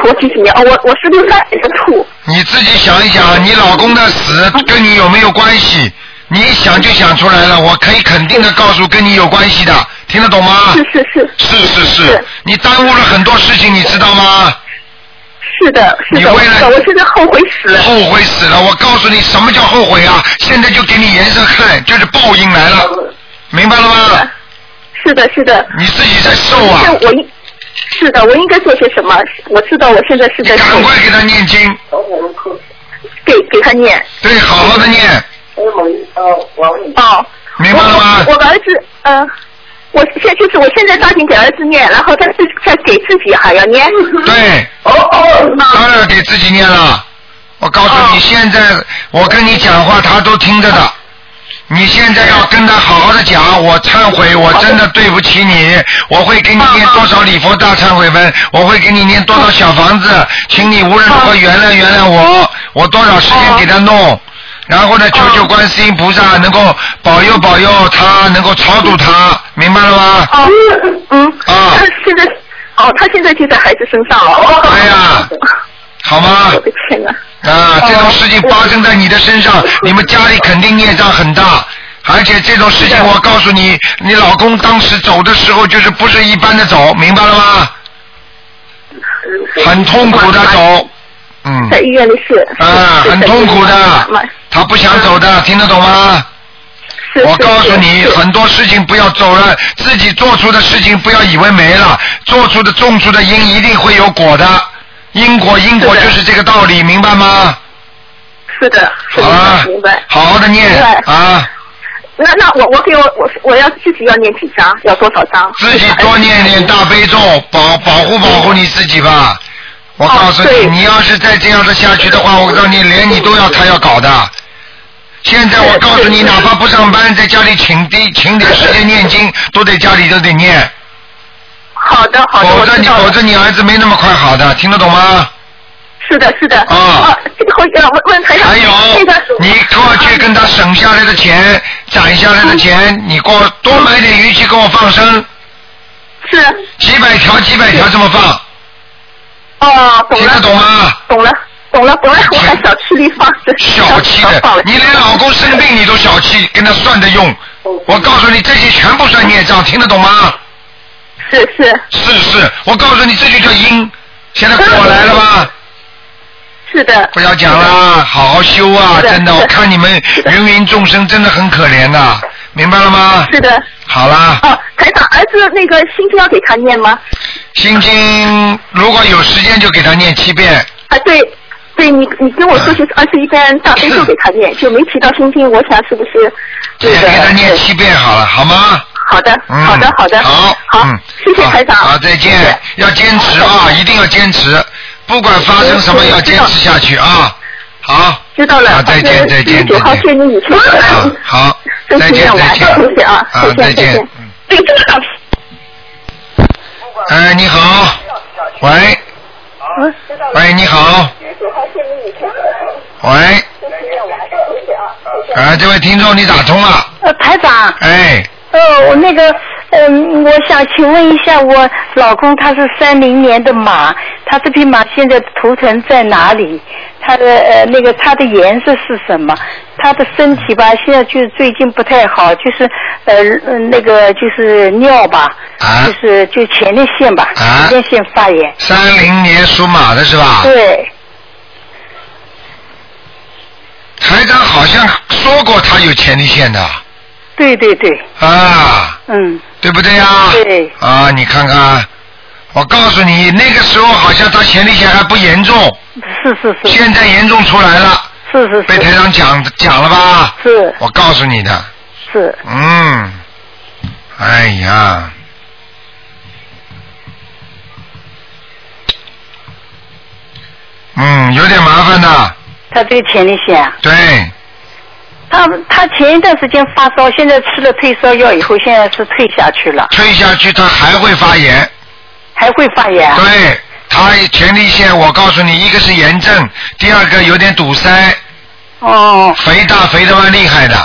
我几几年？哦，我我是六三年的兔。你自己想一想，你老公的死嗯跟你有没有关系？你一想就想出来了，我可以肯定的告诉跟你有关系的，听得懂吗是？是是是是是，你耽误了很多事情，你知道吗？是的，是你的，我为知了道，我现在后悔死了。后悔死了！我告诉你什么叫后悔啊！现在就给你颜色看，就是报应来了，明白了吗？是的，是的。你自己在受啊！现在我应是的，我应该做些什么？我知道我现在是你在赶快给他念经，给给他念。对，好好的念，哦。明白了吗我？我儿子，嗯、我现在就是我现在抓紧给儿子念，然后他自再给自己还要念。对。哦哦。当然给自己念了。我告诉你，哦现在我跟你讲话，他都听着的。你现在要跟他好好的哦讲，我忏悔，我真的对不起你，我会给你哦念多少礼佛大忏悔文，我会给你念多少小房子，哦请你无论如何原谅原谅我，我多少时间给他哦弄，然后呢，求求观世音菩萨能够保佑保佑他，能够超度他，明白了吗？哦。嗯。啊他现在，哦，他现在就在孩子身上了。哎呀好吗？我的天哪！啊，这种事情发生在你的身哦上，你们家里肯定孽障很大。而且这种事情，我告诉你，你老公当时走的时候就是不是一般的走，明白了吗？很痛苦的走，嗯，在医院里是。啊，是很痛苦的妈妈，他不想走的，听得懂吗？是我是告诉你是，是很多事情不要走了，自己做出的事情不要以为没了，做出的种出的因一定会有果的，因果因果是的就是这个道理，明白吗？是的，是好啊的，明白。好好的念明白啊，那那我我给我我我要自己要念几张？要多少张？自己多念念大悲咒，保保护保护你自己吧。我告诉哦你，对你要是再这样的下去的话，我告诉你，连你都要他要搞的。现在我是告诉你，是哪怕不上班，在家里请地请点时间念经，都在家里都得念，好好的好的，否哦我则知哦你道了否则你儿子没那么快好的，听得懂吗？是的是的啊啊，这个回呃问问台长，还有那个，你过去跟他省下来的钱、攒下来的钱，你给我多买点鱼去给我放生，是几百条、几百条这么放，哦，懂听了得懂吗？懂了懂了，本来我还小气力放着，小气小放的了，你连老公生病你都小气，跟他算着用。我告诉你，这些全部算孽障，听得懂吗？是是是是，我告诉你，这就叫因。现在过来了嗯吧？是的，不要讲啦，好好修啊！嗯是的真的，是的我看你们芸芸众生真的很可怜呐、明白了吗？是的。好啦，哦，台长，儿子那个心经要给他念吗？心经如果有时间就给他念七遍，啊，对，对你你跟我说就是哎二十一遍大悲咒给他念，就没提到心经，我想是不是那也个？给他念七遍好了，好吗？好的，嗯，好的，好的，好，好嗯，谢谢好台长，好，再见，谢谢要坚持啊，一定要坚持，不管发嗯生什么要坚持下去啊，好，知道好了，再见再见九号再见谢你以前啊， 好，真再是见念再完，谢谢见，啊，啊，再再见，再见见，。嗯这个真的哎，你好，喂，喂，你好，喂，啊，这位听众你打通了，呃，台长，哎，哦呃，我那个，嗯、我想请问一下，我老公他是三零年的马，他这匹马现在图腾在哪里？它的呃那个它的颜色是什么？它的身体吧，现在就是最近不太好，就是呃呃那个就是尿吧，啊就是就前列腺吧，啊前列腺发炎。三零年属马的是吧？对，台长好像说过他有前列腺的对对对，啊，嗯，对不对呀、啊？对啊，你看看，我告诉你，那个时候好像他前列腺还不严重，是是是现在严重出来了，是是被台是长讲讲了吧？是我告诉你的，是，嗯，哎呀，嗯，有点麻烦的，他这个前列腺啊。对，他他前一段时间发烧，现在吃了退烧药以后，现在是退下去了，退下去他还会发炎。还会发炎啊。对，他前列腺，我告诉你，一个是炎症，第二个有点堵塞，哦肥大肥的蛮厉害的。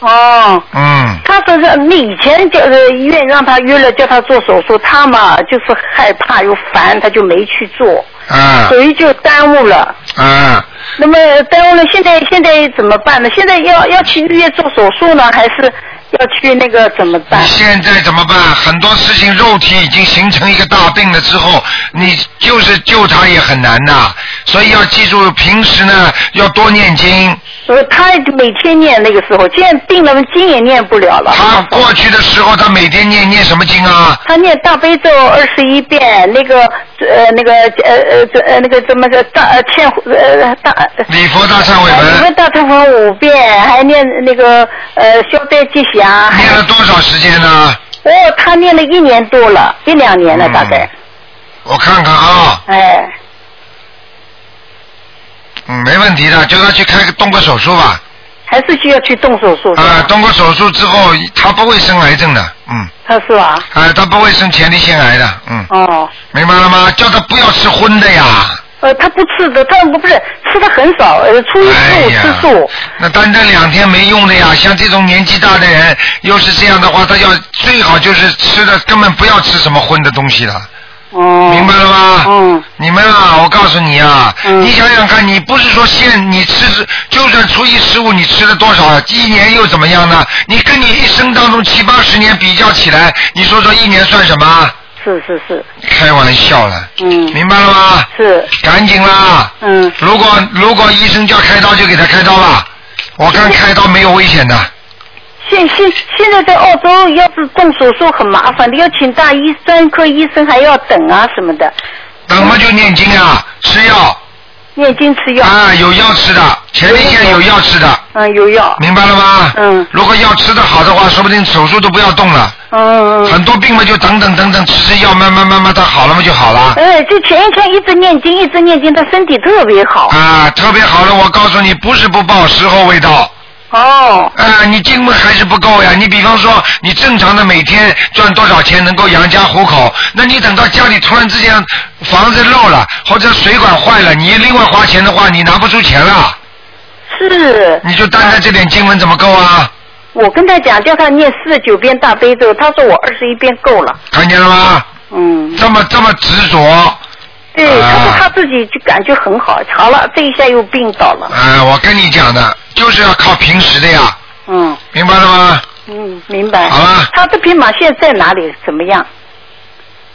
哦，嗯，他说是你以前叫呃医院让他约了叫他做手术，他嘛就是害怕又烦，他就没去做，啊所以就耽误了。啊，那么耽误了，现在现在怎么办呢？现在要要去医院做手术呢，还是要去那个怎么办你？现在怎么办？很多事情肉体已经形成一个大病了之后，你就是救他也很难呐、所以要记住，平时呢要多念经。呃，他每天念那个时候，现在病了，经也念不了了。他过去的时候，他每天念念什么经啊？他念大悲咒二十一遍，那个呃那个呃呃这呃那个怎么个大呃欠呃大呃礼佛大忏悔哎你们文大忏悔文五遍，还念那个呃消灾吉祥，还念了多少时间呢？哦他念了一年多了，一两年了嗯大概，我看看啊，哎嗯，没问题的，叫他去开个动个手术吧。还是需要去动手术是啊，吧？动过手术之后，他不会生癌症的，嗯，他是吧？啊，他不会生前列腺癌的，嗯，哦，明白了吗？叫他不要吃荤的呀。呃他不吃的，他不不是吃的很少，呃初一哎十五呀吃素，，那单单两天没用的呀。像这种年纪大的人，又是这样的话，他要最好就是吃的根本不要吃什么荤的东西了，哦，哎明白了吗？嗯，你们啊，我告诉你啊，嗯你想想看，你不是说现你吃，就算初一十五你吃了多少，一年又怎么样呢？你跟你一生当中七八十年比较起来，你说说一年算什么？是是是，开玩笑了，嗯明白了吗？是赶紧啦！嗯。如果如果医生叫开刀，就给他开刀吧。我看开刀没有危险的，现现现在在澳洲，要是动手术很麻烦的，要请大医专科医生，还要等啊什么的，怎么就念经啊？吃药念经吃 药，啊，有药吃的，前列腺有药吃的，嗯，有药，明白了吗？嗯如果药吃的好的话，说不定手术都不要动了。嗯嗯嗯。很多病嘛，就等等等等，吃吃药，慢慢慢慢，它好了嘛就好了。哎，就前一天一直念经，一直念经，他身体特别好。啊，特别好了，我告诉你，不是不报，时候未到。哦，啊，你经还是不够呀。你比方说，你正常的每天赚多少钱能够养家糊口，那你等到家里突然之间房子漏了或者水管坏了，你另外花钱的话，你拿不出钱了，是你就单单这点经文怎么够啊？我跟他讲，叫他念四十九遍大悲咒，他说我二十一遍够了。看见了吗？嗯，这么这么执着，对，啊他说他自己就感觉很好，好了，这一下又病倒了。啊，我跟你讲的，就是要靠平时的呀，嗯明白了吗？嗯，明白。好了他这匹马现在在哪里？怎么样？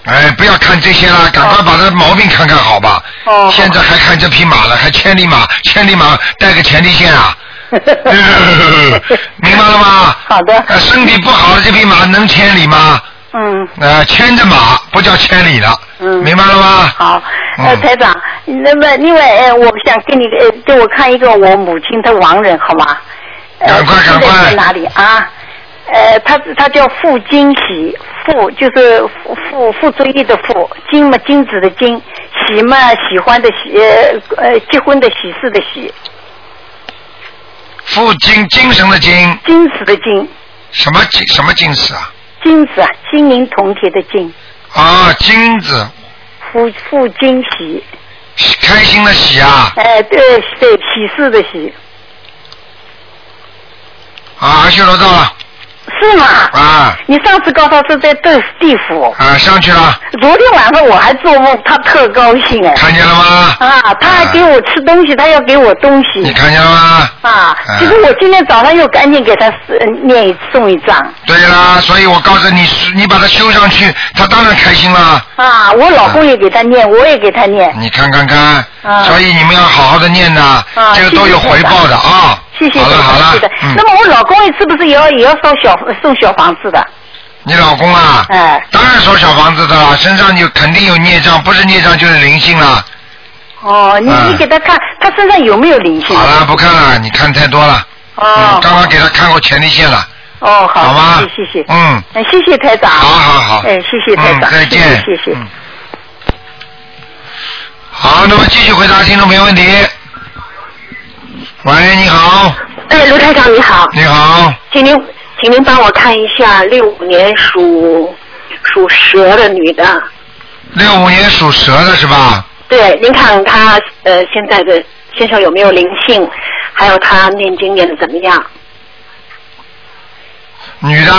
哎，不要看这些了，赶快把这毛病看看好吧。哦现在还看这匹马了，还千里马，千里马带个前列腺 啊。 明白了吗？好的呃身体不好的这匹马能千里吗？嗯。呃，牵着马不叫千里了。嗯明白了吗？好，呃，嗯台长，那么另外，呃，我想给你呃，给我看一个我母亲的亡人，好吗？呃赶快现在赶快在哪里啊？呃，他他叫傅金喜，傅就是傅傅傅作义的傅，金嘛金子的金，喜嘛喜欢的喜，呃呃结婚的喜事的喜，父精精神的精，金子的金，什么精什么精子啊？金子啊，金银铜铁的金，啊，精子，傅傅金喜，喜开心的喜啊哎、对对喜事的喜，啊！阿修罗到了是吗？啊你上次告诉我是在地地府，啊，上去了，昨天晚上我还做梦，他特高兴哎，看见了吗？啊，他还给我吃东西，他要给我东你西，看见了吗？啊啊，其实我今天早上又赶紧给他呃念一送一张，对啦，所以我告诉你，你把它修上去，他当然开心了。啊，我老公也给他念，我也给他念，你看看看，啊所以你们要好好的念呐，啊这个都有回报的啊。谢谢好了好谢了谢的，。嗯那，么我老公是不是也要也要烧小送小房子的？你老公啊，哎，当然收小房子的啦，身上有肯定有孽障，不是孽障就是灵性了。哦，你嗯你给他看他身上有没有灵性？好了，不看了，你看太多了。嗯，哦刚刚给他看过前列腺了，哦，好，吗谢谢谢谢，嗯，哎，谢谢台长，好好好。哎，谢谢台嗯、长，再见。谢谢谢谢。嗯好，那么继续回答听众没问题。喂，你好，哎，卢台长你好，你好，请您，请您帮我看一下六五年属属蛇的女的，六五年属蛇的是吧？对，您看她呃现在的身上有没有灵性，还有她念经念的怎么样？女的，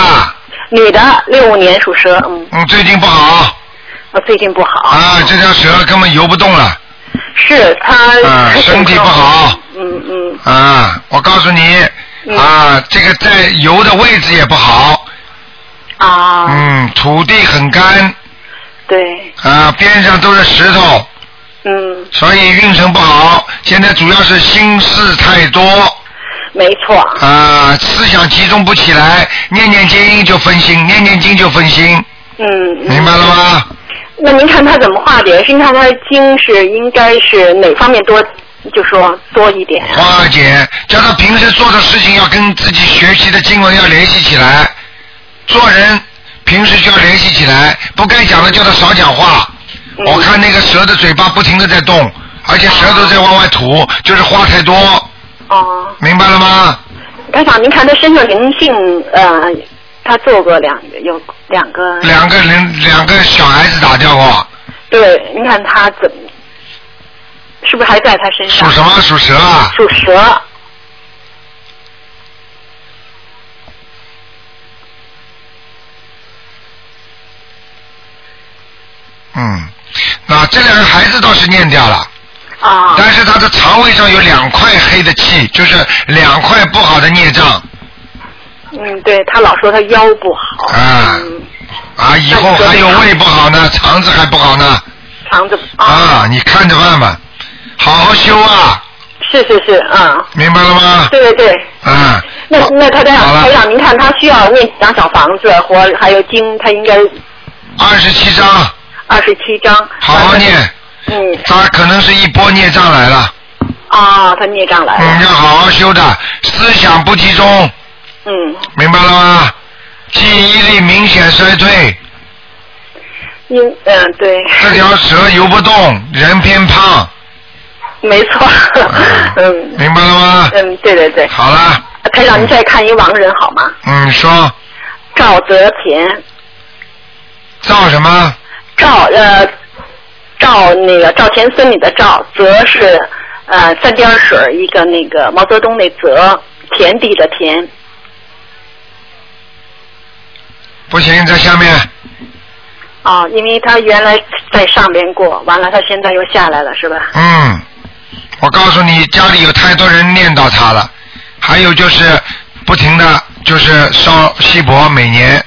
女的，六五年属蛇，嗯，嗯，最近不好哦我最近不好，啊，这条蛇根本游不动了是她、哎啊身体不好，嗯嗯，啊！我告诉你嗯啊，这个在游的位置也不好，哦啊，嗯，土地很干对，啊，边上都是石头，嗯，所以运程不好。现在主要是心事太多没错，啊，思想集中不起来，念念经就分心，念念经就分心，嗯，嗯明白了？吗？那您看她怎么化解？是您看她的经是应该是哪方面多，就说多一点啊？花姐，叫他平时做的事情要跟自己学习的经文要联系起来，做人平时就要联系起来，不该讲的叫他少讲话。嗯我看那个蛇的嘴巴不停的在动，而且舌头在往外吐，就是话太多，哦，明白了吗？台长，您看他身上灵性，呃，他做过两有两个，两个人两个小孩子打掉过，对，您看他怎么，是不是还在他身属上？什么？属蛇啊？属蛇。嗯，那这两个孩子倒是念掉了。啊，但是他的肠胃上有两块黑的气，就是两块不好的孽障嗯，对他老说他腰不好，啊嗯，啊，以后还有胃不好呢，肠子还不好呢肠子啊，你看着办吧，好好修啊，是是是，嗯，明白了吗？对对对，啊，那那台长好了台长，您看他需要念几张小房子或还有经，他应该二十七章，二十七张，好好念，嗯，他可能是一波孽障来了，啊，他孽障来嗯，了，要好好修的，思想不集中，嗯，明白了吗？记忆力明显衰退，因嗯对，这条蛇游不动，人 偏胖， 没错，嗯 明白了吗？嗯嗯，对对对，好了，台长，您再看一亡人好吗？嗯，说赵泽田，造什么？赵呃赵那个赵钱孙李的赵，泽是呃三点水一个那个毛泽东那泽，田地的田。不行，在下面。哦，因为他原来在上边过，完了他现在又下来了，是吧？嗯，我告诉你，家里有太多人念叨他了，还有就是不停的就是烧锡箔，每年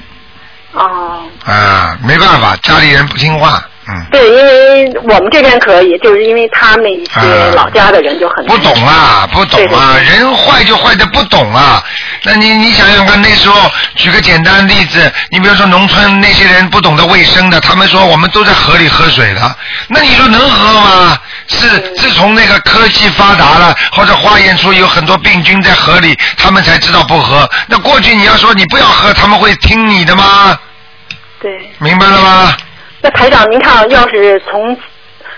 哦，啊，没办法，家里人不听话，嗯，对，因为我们这边可以，就是因为他们啊一些老家的人就很、不懂啊，不懂啊，人坏就坏的不懂啊。那你你想想看，那时候举个简单例子，你比如说农村那些人不懂得卫生的，他们说我们都在河里喝水的，那你说能喝吗？是自从那个科技发达了，或者化验出有很多病菌在河里，他们才知道不喝。那过去你要说你不要喝，他们会听你的吗？对。明白了吗？那台长，您看，要是从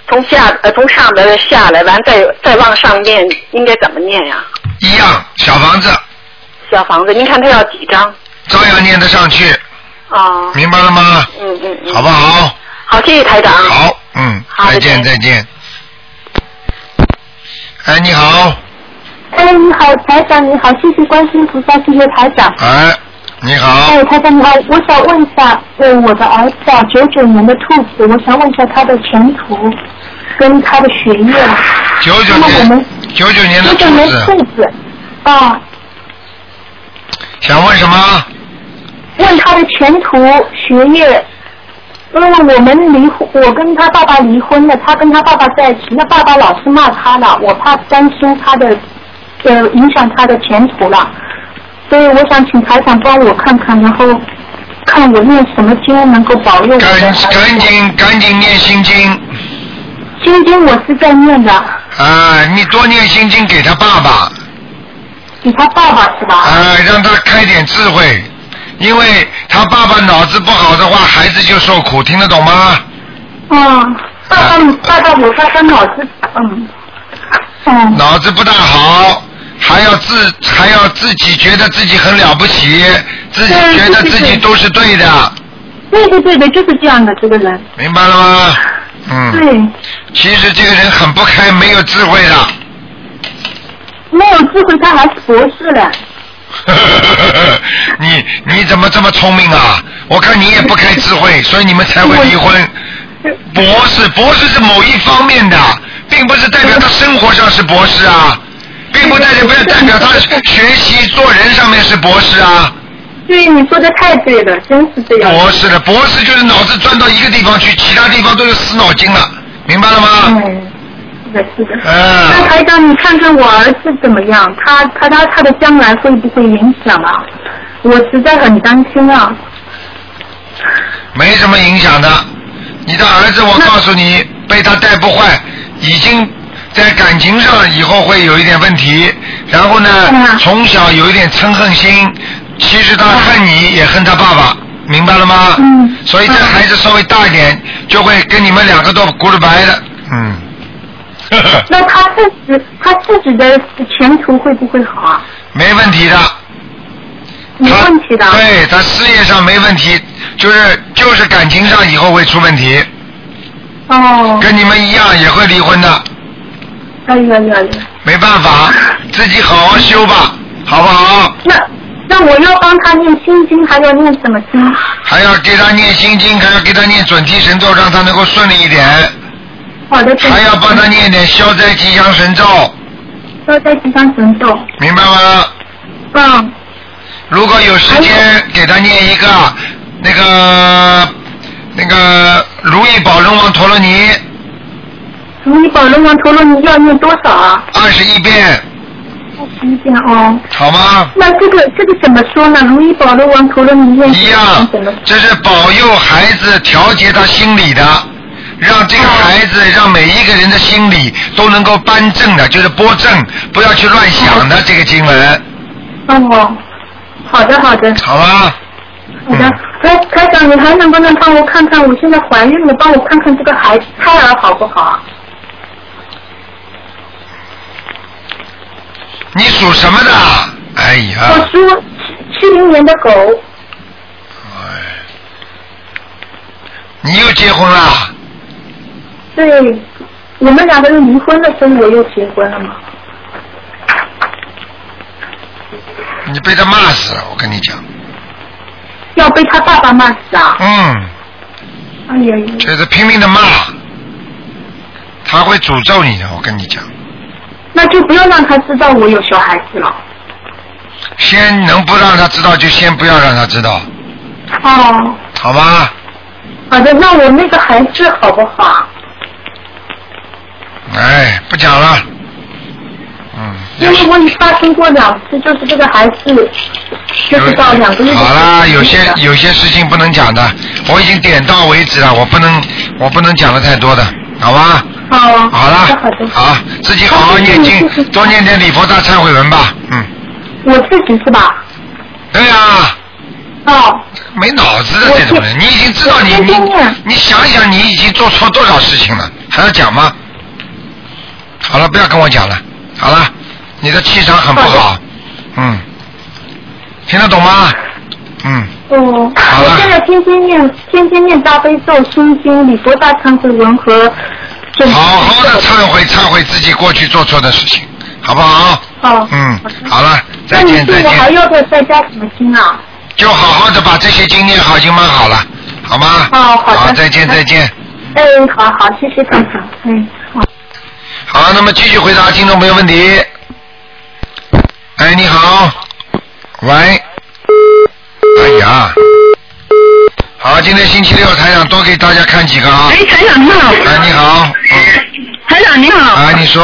从下呃从上边下来，完再再往上念，应该怎么念呀？一样，小房子小房子，您看他要几张？照样念得上去，啊、明白了吗？嗯嗯嗯。哦好不好？好，谢谢台长。好，嗯，再见再见。哎，你好，哎，你好，台长，你好，谢谢关心菩萨，谢谢台长。哎，你好，哎，台长你好，我想问一啊下，呃，我的儿子啊，九九年的兔子，我想问一下他的前途跟他的学业。九九那么我年们，九九年的九九兔年子，兔子，啊，想问什么？问他的前途、学业，因为我们离婚，我跟他爸爸离婚了，他跟他爸爸在一起，那爸爸老是骂他了，我怕担心他的，呃，影响他的前途了，所以我想请台长帮我看看，然后看我念什么经能够保佑我的赶孩子。赶紧赶紧念心经心经我是在念的，啊！你多念心经给他爸爸给他爸爸是吧？啊，让他开点智慧，因为他爸爸脑子不好的话，孩子就受苦，听得懂吗？嗯，啊爸爸，爸爸，我爸爸脑子，嗯， 嗯，脑子不大好，还要自还要自己觉得自己很了不起，自己对觉得对自己对都是对的，对对对对，就是这样的这个人，明白了吗？嗯，对。其实这个人很不开，没有智慧的。 没有智慧，他还是博士了。你你怎么这么聪明啊？我看你也不开智 慧，所以你们才会离婚。博士，博士是某一方面的，并不是代表他生活上是博士啊，并不代表不是代表他学习做人上面是博士啊。对，你说的太对了，真是这样。博士的博士就是脑子钻到一个地方去，其他地方都是死脑筋了，明白了吗？嗯，是的，是的。那嗯，台长，你看看我儿子怎么样？他他他他的将来会不会影响啊？我实在很担心啊。没什么影响的。你的儿子，我告诉你，被他带不坏，已经在感情上以后会有一点问题。然后呢嗯，从小有一点嗔恨心，其实他恨你也恨他爸爸，明白了吗？嗯所以这孩子稍微大一点，就会跟你们两个都咕噜白的。嗯。那他自己他自己的前途会不会好啊？没问题的。没他问题的。对他事业上没问题，就是就是感情上以后会出问题，哦。跟你们一样也会离婚的，哎呀呀呀！没办法，自己好好修吧，好不好？那那我要帮他念心经，还要念什么经？还要给他念心经，还要给他念准提神咒，让他能够顺利一点，好的，还要帮他念点消灾吉祥神咒，要在几张神咒。明白吗？嗯。如果有时间，给他念一个那个那个如意宝龙王陀罗尼如意宝龙王陀罗尼要念多少啊？二十一遍，一遍哦。好吗？那这个这个怎么说呢？如意宝龙王陀罗尼念一样怎么？，这是保佑孩子调节他心理的，让这个孩子，啊让每一个人的心理都能够扳正的，就是拨正，不要去乱想啊的这个经文，哦，好的好的好吗？好的嗯。哎，台长，你还能不能帮我看看？我现在怀孕了，帮我看看这个孩胎儿好不好啊？你属什么的？哎哎呀我，属七零年的狗，哎你又结婚啦？对，我们两个人离婚了，所以我又结婚了嘛。你被他骂死了，我跟你讲。要被他爸爸骂死啊！嗯，哎呀，就是拼命的骂，他会诅咒你的，我跟你讲。那就不要让他知道我有小孩子了。先能不让他知道，就先不要让他知道，哦，好吗？好的，那我那个孩子好啊不好？哎，不讲了。嗯因为我发生过两次，就是这个孩子，就是到两个月的时候。好啦，有些有些事情不能讲的，我已经点到为止了，我不能我不能讲的太多的，好吧？好，好啦，好，自己好好念经，多念点礼佛大忏悔文吧，嗯，我自己是吧？对啊呀、哦，没脑子的这种人，你已经知道你你你想一想，你已经做错多少事情了，还要讲吗？好了，不要跟我讲了，好了，你的气场很不好，嗯，听得懂吗？嗯，哦，我现在天天念，天天念大悲咒、心经、礼佛大忏悔文和准好好的忏悔忏悔自己过去做错的事情，好不好？哦。嗯，好了，那再你见对再我还见，要不要再加什么经啊？就好好的把这些经念好，已经蛮好了，好吗？哦，好的。好，再见再见。哎，好好，谢谢台长。嗯，好，那么继续回答听众朋友问题。哎，你好，喂，哎呀，好，今天星期六，台长多给大家看几个啊。哎，台长你好。哎，你好，台长你好。啊，你说。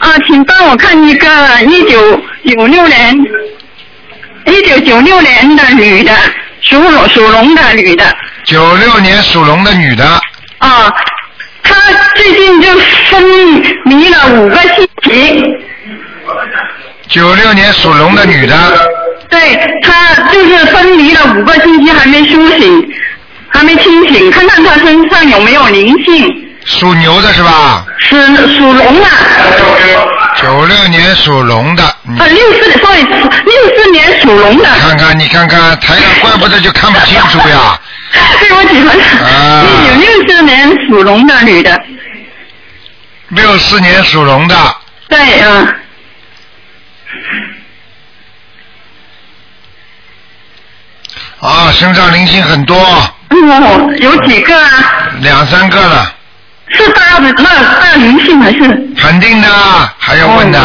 啊，请帮我看一个一九九六年，一九九六年的女的，属龙属龙的女的。九六年属龙的女的，啊，她最近就昏迷了五个星期。九六年属龙的女的，对，她就是昏迷了五个星期，还没苏醒，还没清醒，看看她身上有没有灵性。属牛的是吧？是属龙的，九六年属龙的，你呃，六四，sorry，六四年属龙的。看看你看看，台长怪不得就看不清楚呀。 对不起，一九六四年属龙的女的，六四年属龙的，对，嗯、啊，身上灵性很多，哦，有几个啊？两三个了。是大的那大灵性还是？肯定的，啊还要问的，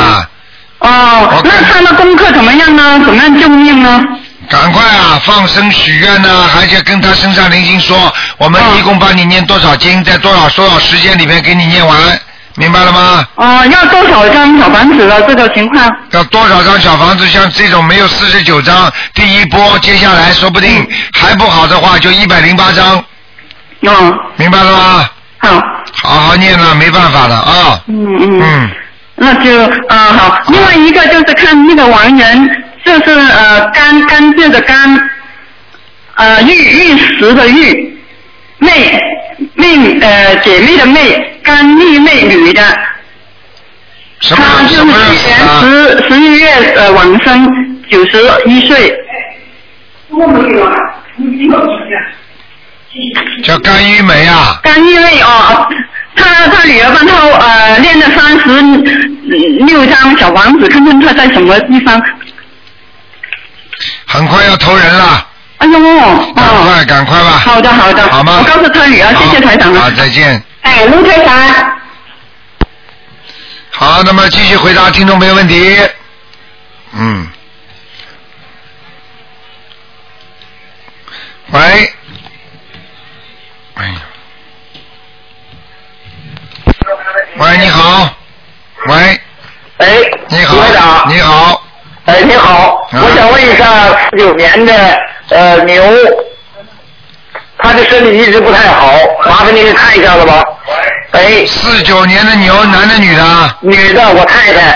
哦，那她的功课怎么样呢？怎么样救命呢？赶快啊，放生许愿呢、还且跟他身上灵性说，我们哦一共帮你念多少经，在多少多少时间里面给你念完，明白了吗？哦，要多少张小房子啊了？这个情况？要多少张小房子？像这种没有四十九张，第一波，接下来说不定还不好的话，就一百零八张。嗯。明白了吗？好。好好念了，没办法了啊。嗯嗯。嗯。那就啊好，另外一个就是看那个王人，就是呃甘甘蔗的甘，呃玉玉石的玉，妹妹呃姐妹的妹，甘丽妹女的。什啊么？她就是去年十十一月呃往生，九十一岁。嗯叫甘玉梅啊。甘玉妹哦，她她女儿帮她呃练了三十六张小房子，看看她在什么地方。很快要投人了。哎呦，哦赶快赶快吧。好的好的好吗？我告诉他女儿好谢谢台长啊好，再见。哎，陆台长。好，那么继续回答听众朋友问题。嗯。喂。哎呀。喂，你好。喂。哎。你好。台长你好。嗯哎，你好，我想问一下，四九年的呃牛，他的身体一直不太好，麻烦您给看一下子吧。哎，四九年的牛，男的啊女的？女的，我太太。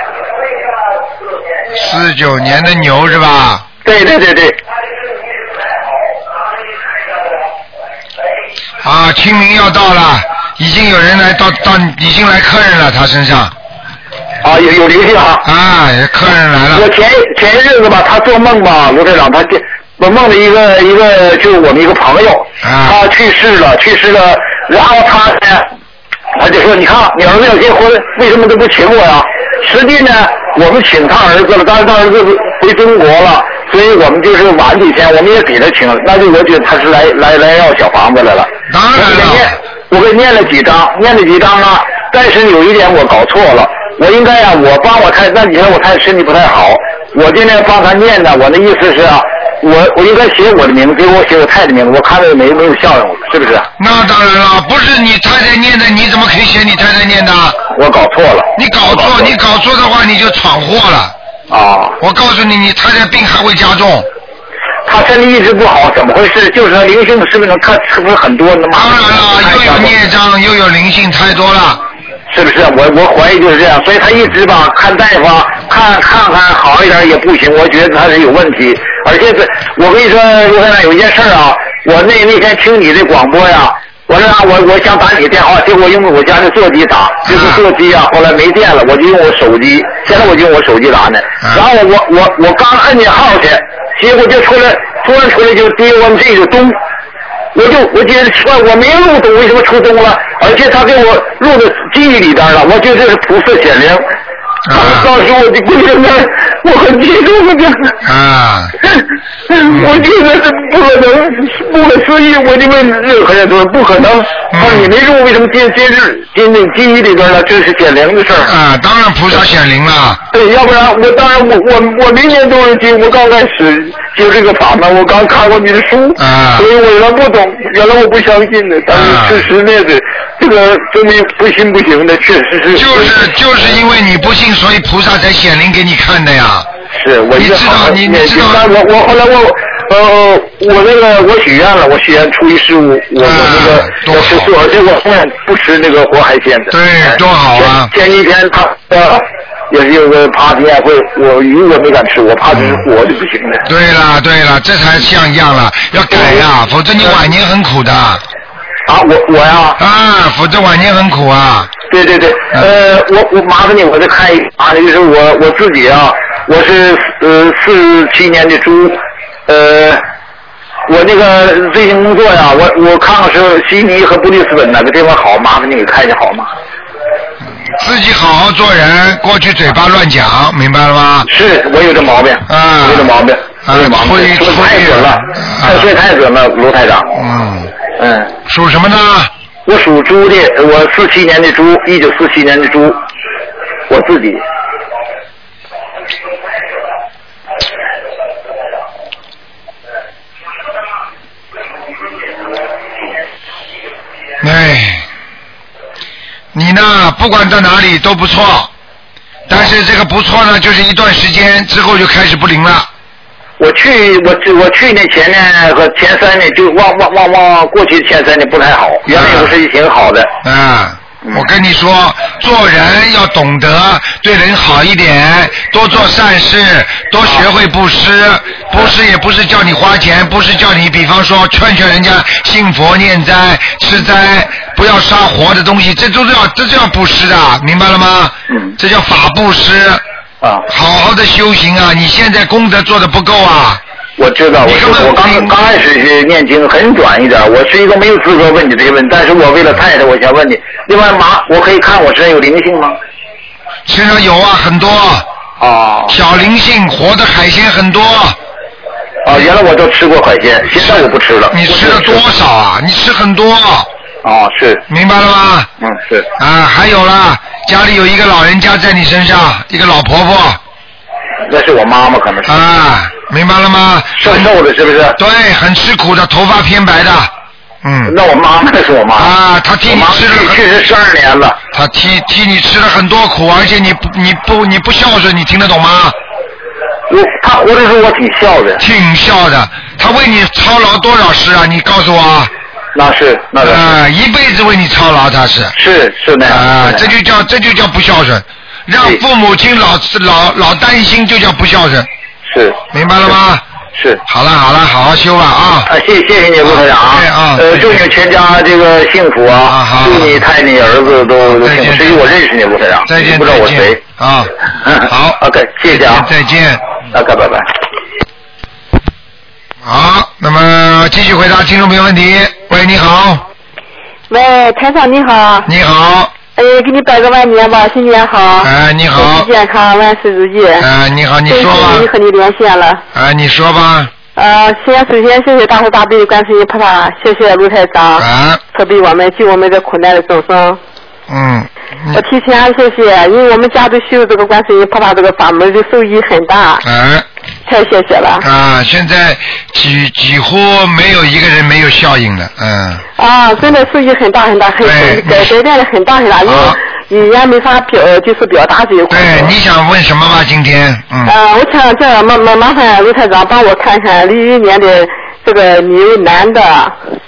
四九年的牛是吧？对对对对，啊，清明要到了，已经有人来到到，已经来客人了，他身上。啊，有有灵性啊！啊，客人来了。我前前日子吧，他做梦吧，卢队长，他这我梦了一个一个，就是我们一个朋友，他去世了，去世了，然后他呢，他就说，你看你儿子要结婚，为什么都不请我呀？实际呢，我们请他儿子了，但是他儿子回中国了，所以我们就是晚几天，我们也给他请了，那就我觉得他是来来来要小房子来了。当然了，我给念了几张，念了几张啊，但是有一点我搞错了，我应该啊，我帮我太那几天我太身体不太好，我今天帮他念呢，我的意思是啊，我我应该写我的名字，给我写我太太的名字，我看着没没有效用，是不是？那当然了，不是你太太念的，你怎么可以写你太太念的？我搞错了。你搞哦错，你搞错的话你就闯祸了。啊。我告诉你，你太太病还会加重。他身体一直不好，怎么回事？就是说灵性是不是能看是不是很多呢？当然了，又有孽障，又有灵性太多了。是不是？我我怀疑就是这样，所以他一直吧看大夫啊，看看看好一点也不行，我觉得他是有问题。而且是，我跟你说，罗先生有一件事儿啊，我那那天听你的广播呀，我说、啊、我我想打你电话，结果用我家的座机打，这个座机啊后来没电了，我就用我手机，现在我就用我手机打呢。然后我我我刚摁进号去，结果就出来突然出来就 D O M G 就咚。我就我觉得奇怪，我没入懂为什么出东了，而且他给我入到记忆里边了，我觉得这是菩萨显灵。 当时我就跪在那儿，我很激动的，啊，我觉得这不可能，不可思议，我就问任何人都说不可能。他说你没入，为什么进进日进进记忆里边了？这是显灵的事儿。啊，当然菩萨显灵了。对，哎要不然我当然我我我明年都是接，我刚开始接这个法门，我刚看过你的书，啊所以我原来不懂，原来我不相信的，但是事实那个、这个真的不信不行的，确实是。就是就是因为你不信，所以菩萨才显灵给你看的呀。是，我你一直知道好你你念知经道但我我后来我呃我那个我许愿了，我许愿初一十五我我那个我吃素，而且我后面不吃那个活海鲜的。啊哎对，多好啊！前几天他呃也是有个 party 宴会，我鱼我没敢吃，我怕嗯吃活的不行的。对啦对啦，这才像样了，要改呀，否则你晚年很苦的。啊，我我呀。啊，否则晚年很苦啊。对对对，呃，我我麻烦你，我再看一啊，就是我我自己啊，我是呃四十七年的猪，呃，我那个最近工作呀，我我看看是悉尼和布里斯本哪个地方好，麻烦你给看一下好吗？自己好好做人，过去嘴巴乱讲，明白了吗？是我有这毛病，啊，有这毛病，有这毛病，说得太准了，太说得太准了，卢台长。嗯嗯，属什么呢？我属猪的，我四七年的猪，一九四七年的猪，我自己。哎，你呢，不管到哪里都不错，但是这个不错呢，就是一段时间之后就开始不灵了。我去，我去，我去年前年和前三年就忘忘忘忘过去前三年不太好，原来有是挺好的。啊，我跟你说，做人要懂得对人好一点，多做善事，多学会布施。布施也不是叫你花钱，不是叫你，比方说劝劝人家信佛、念斋、吃斋，不要杀活的东西，这都是要，这就要布施的，明白了吗？嗯。这叫法布施。啊。好好的修行啊！你现在功德做的不够啊。我知道，我知道我刚刚开始是念经很短一点，我是一个没有资格问你这些问题，但是我为了太太，我想问你。另外，麻，我可以看我身上有灵性吗？身上有啊，很多。哦。小灵性，活的海鲜很多。啊，原来我都吃过海鲜，现在我不吃了。你吃了多少啊？你吃很多。哦，是。明白了吗？嗯，是。啊，还有啦，家里有一个老人家在你身上，一个老婆婆。那是我妈妈可能是。啊，明白了吗？瘦瘦的，是不是？对，很吃苦的，头发偏白的。嗯。那我妈妈是我妈。啊，她替你吃了。去世十二年了。她替替你吃了很多苦，而且你不你不你不孝顺，你听得懂吗？我她活的时候我挺孝的。挺孝的，她为你操劳多少事啊？你告诉我啊。那是那是。啊，一辈子为你操劳，她是。是是那样。啊，这就叫这就叫不孝顺，让父母亲老老老担心，就叫不孝顺。是。明白了吗？是。好了好了，好好修吧啊！啊，谢谢谢你，卢台长哎啊！呃，祝你们全家这个幸福啊！祝你太太你儿子都都幸福。谁我认识你，卢台长，再见不知道我再见谁。啊，好，OK，谢 谢啊，再见。 OK，拜拜。好，那么继续回答听众朋友问题。喂，你好，喂，台长你好。你好。哎，给你拜个晚年吧，新年好。哎你好身体健康，万事如意。哎你好你说吧终于和你连线了。啊，你说吧，呃，先首先谢谢大慈大悲观世音菩萨，谢谢卢台长，啊、慈悲我们救我们这苦难的众生。嗯，我提前啊谢谢，因为我们家都修这个观世音菩萨这个法门，就受益很大，啊太谢谢了。啊，现在几几乎没有一个人没有效应了，嗯，啊，真的受益很大很大，很哎改改变了很大很大，因为语言没法表，就是表达这一对，块。哎你想问什么吧？今天，嗯，呃，我想这麻麻麻烦卢台长帮我看看六一年的这个牛男的，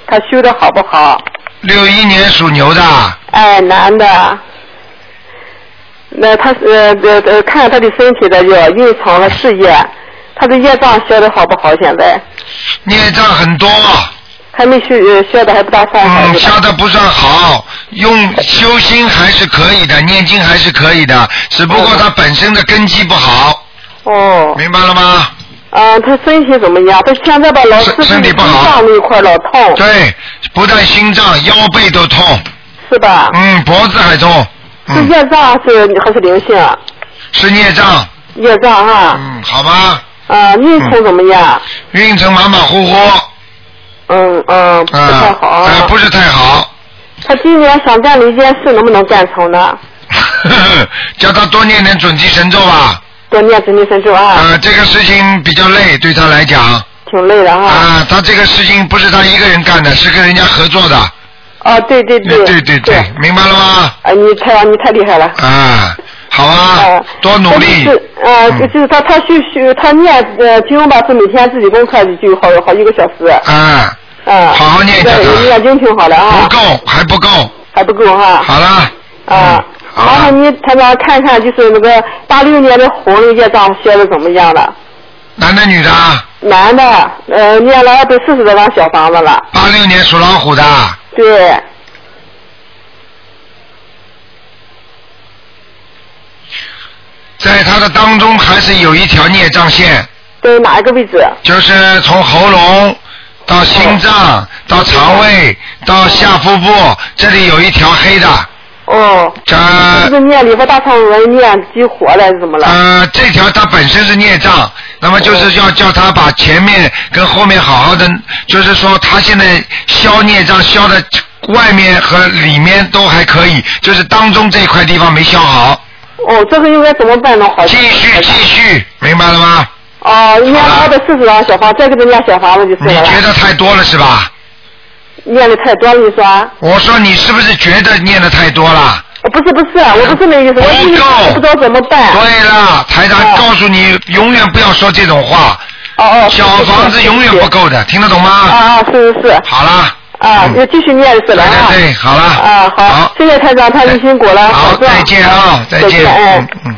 他修的好不好？六一年属牛的，哎，男的。那他是呃呃呃，看看他的身体的要隐藏了事业，他的业障学的好不好？现在孽障很多，还没学呃学的还不大算好。嗯，消的不算好，用修心还是可以的，念经还是可以的，只不过它本身的根基不好，哦。明白了吗？啊，他身体怎么样？他现在吧，老是身体不好，心脏那一块老痛。对，不但心脏、腰背都痛，是吧？嗯，脖子还痛，嗯是业障是还是灵性啊？是孽障，业障哈。嗯，好吧。啊，运程怎么样？运程马马虎虎。嗯嗯，不太好。哎、不是太好， 他今年想干的一件事，能不能干成呢？叫他多念点准提神咒吧。多念准提神咒啊。啊，这个事情比较累，对他来讲。挺累的哈。啊，他这个事情不是他一个人干的，是跟人家合作的。哦，对对对。对对对，明白了吗？啊，你太你太厉害了。啊，好啊，多努他就力。嗯是呃，就是他他去去他念呃经吧，是每天自己功课就有好好一个小时。啊。嗯。好好念念经。念经挺好的啊。不够，还不够。还不够哈。好嗯了。啊。麻烦你台长看看，就是那个八六年的红的业障写的怎么样了？男的女的啊？男的，呃，念了二百四十多张小房子了。八六年属老虎的，啊对，在他的当中还是有一条孽障线，对哪一个位置？就是从喉咙到心嗯脏到肠胃到下腹部这里有一条黑的。哦。这这个念礼佛大忏悔文念激活了，是怎么了？呃，这条它本身是孽障，那么就是哦要叫他把前面跟后面好好的，就是说他现在消孽障消的外面和里面都还可以，就是当中这一块地方没消好，哦，这个应该怎么办呢？好。继续继续。明白了吗？哦，念了二百四十张小房，再给他念小房子就是你了。觉得太多了是吧？念的太多了，你说？我说你是不是觉得念的太多了？哦不是不是，我不是那意思，我是我不知道怎么办。对了，台长告诉你，永远不要说这种话。哦哦。小房子永远不够的，听得懂吗？啊啊，是是是。好啦。啊，要继续念是了啊。哎对，好了。哎啊，好，谢谢台长，太辛苦了。好，再见啊，再再见，哎。嗯嗯。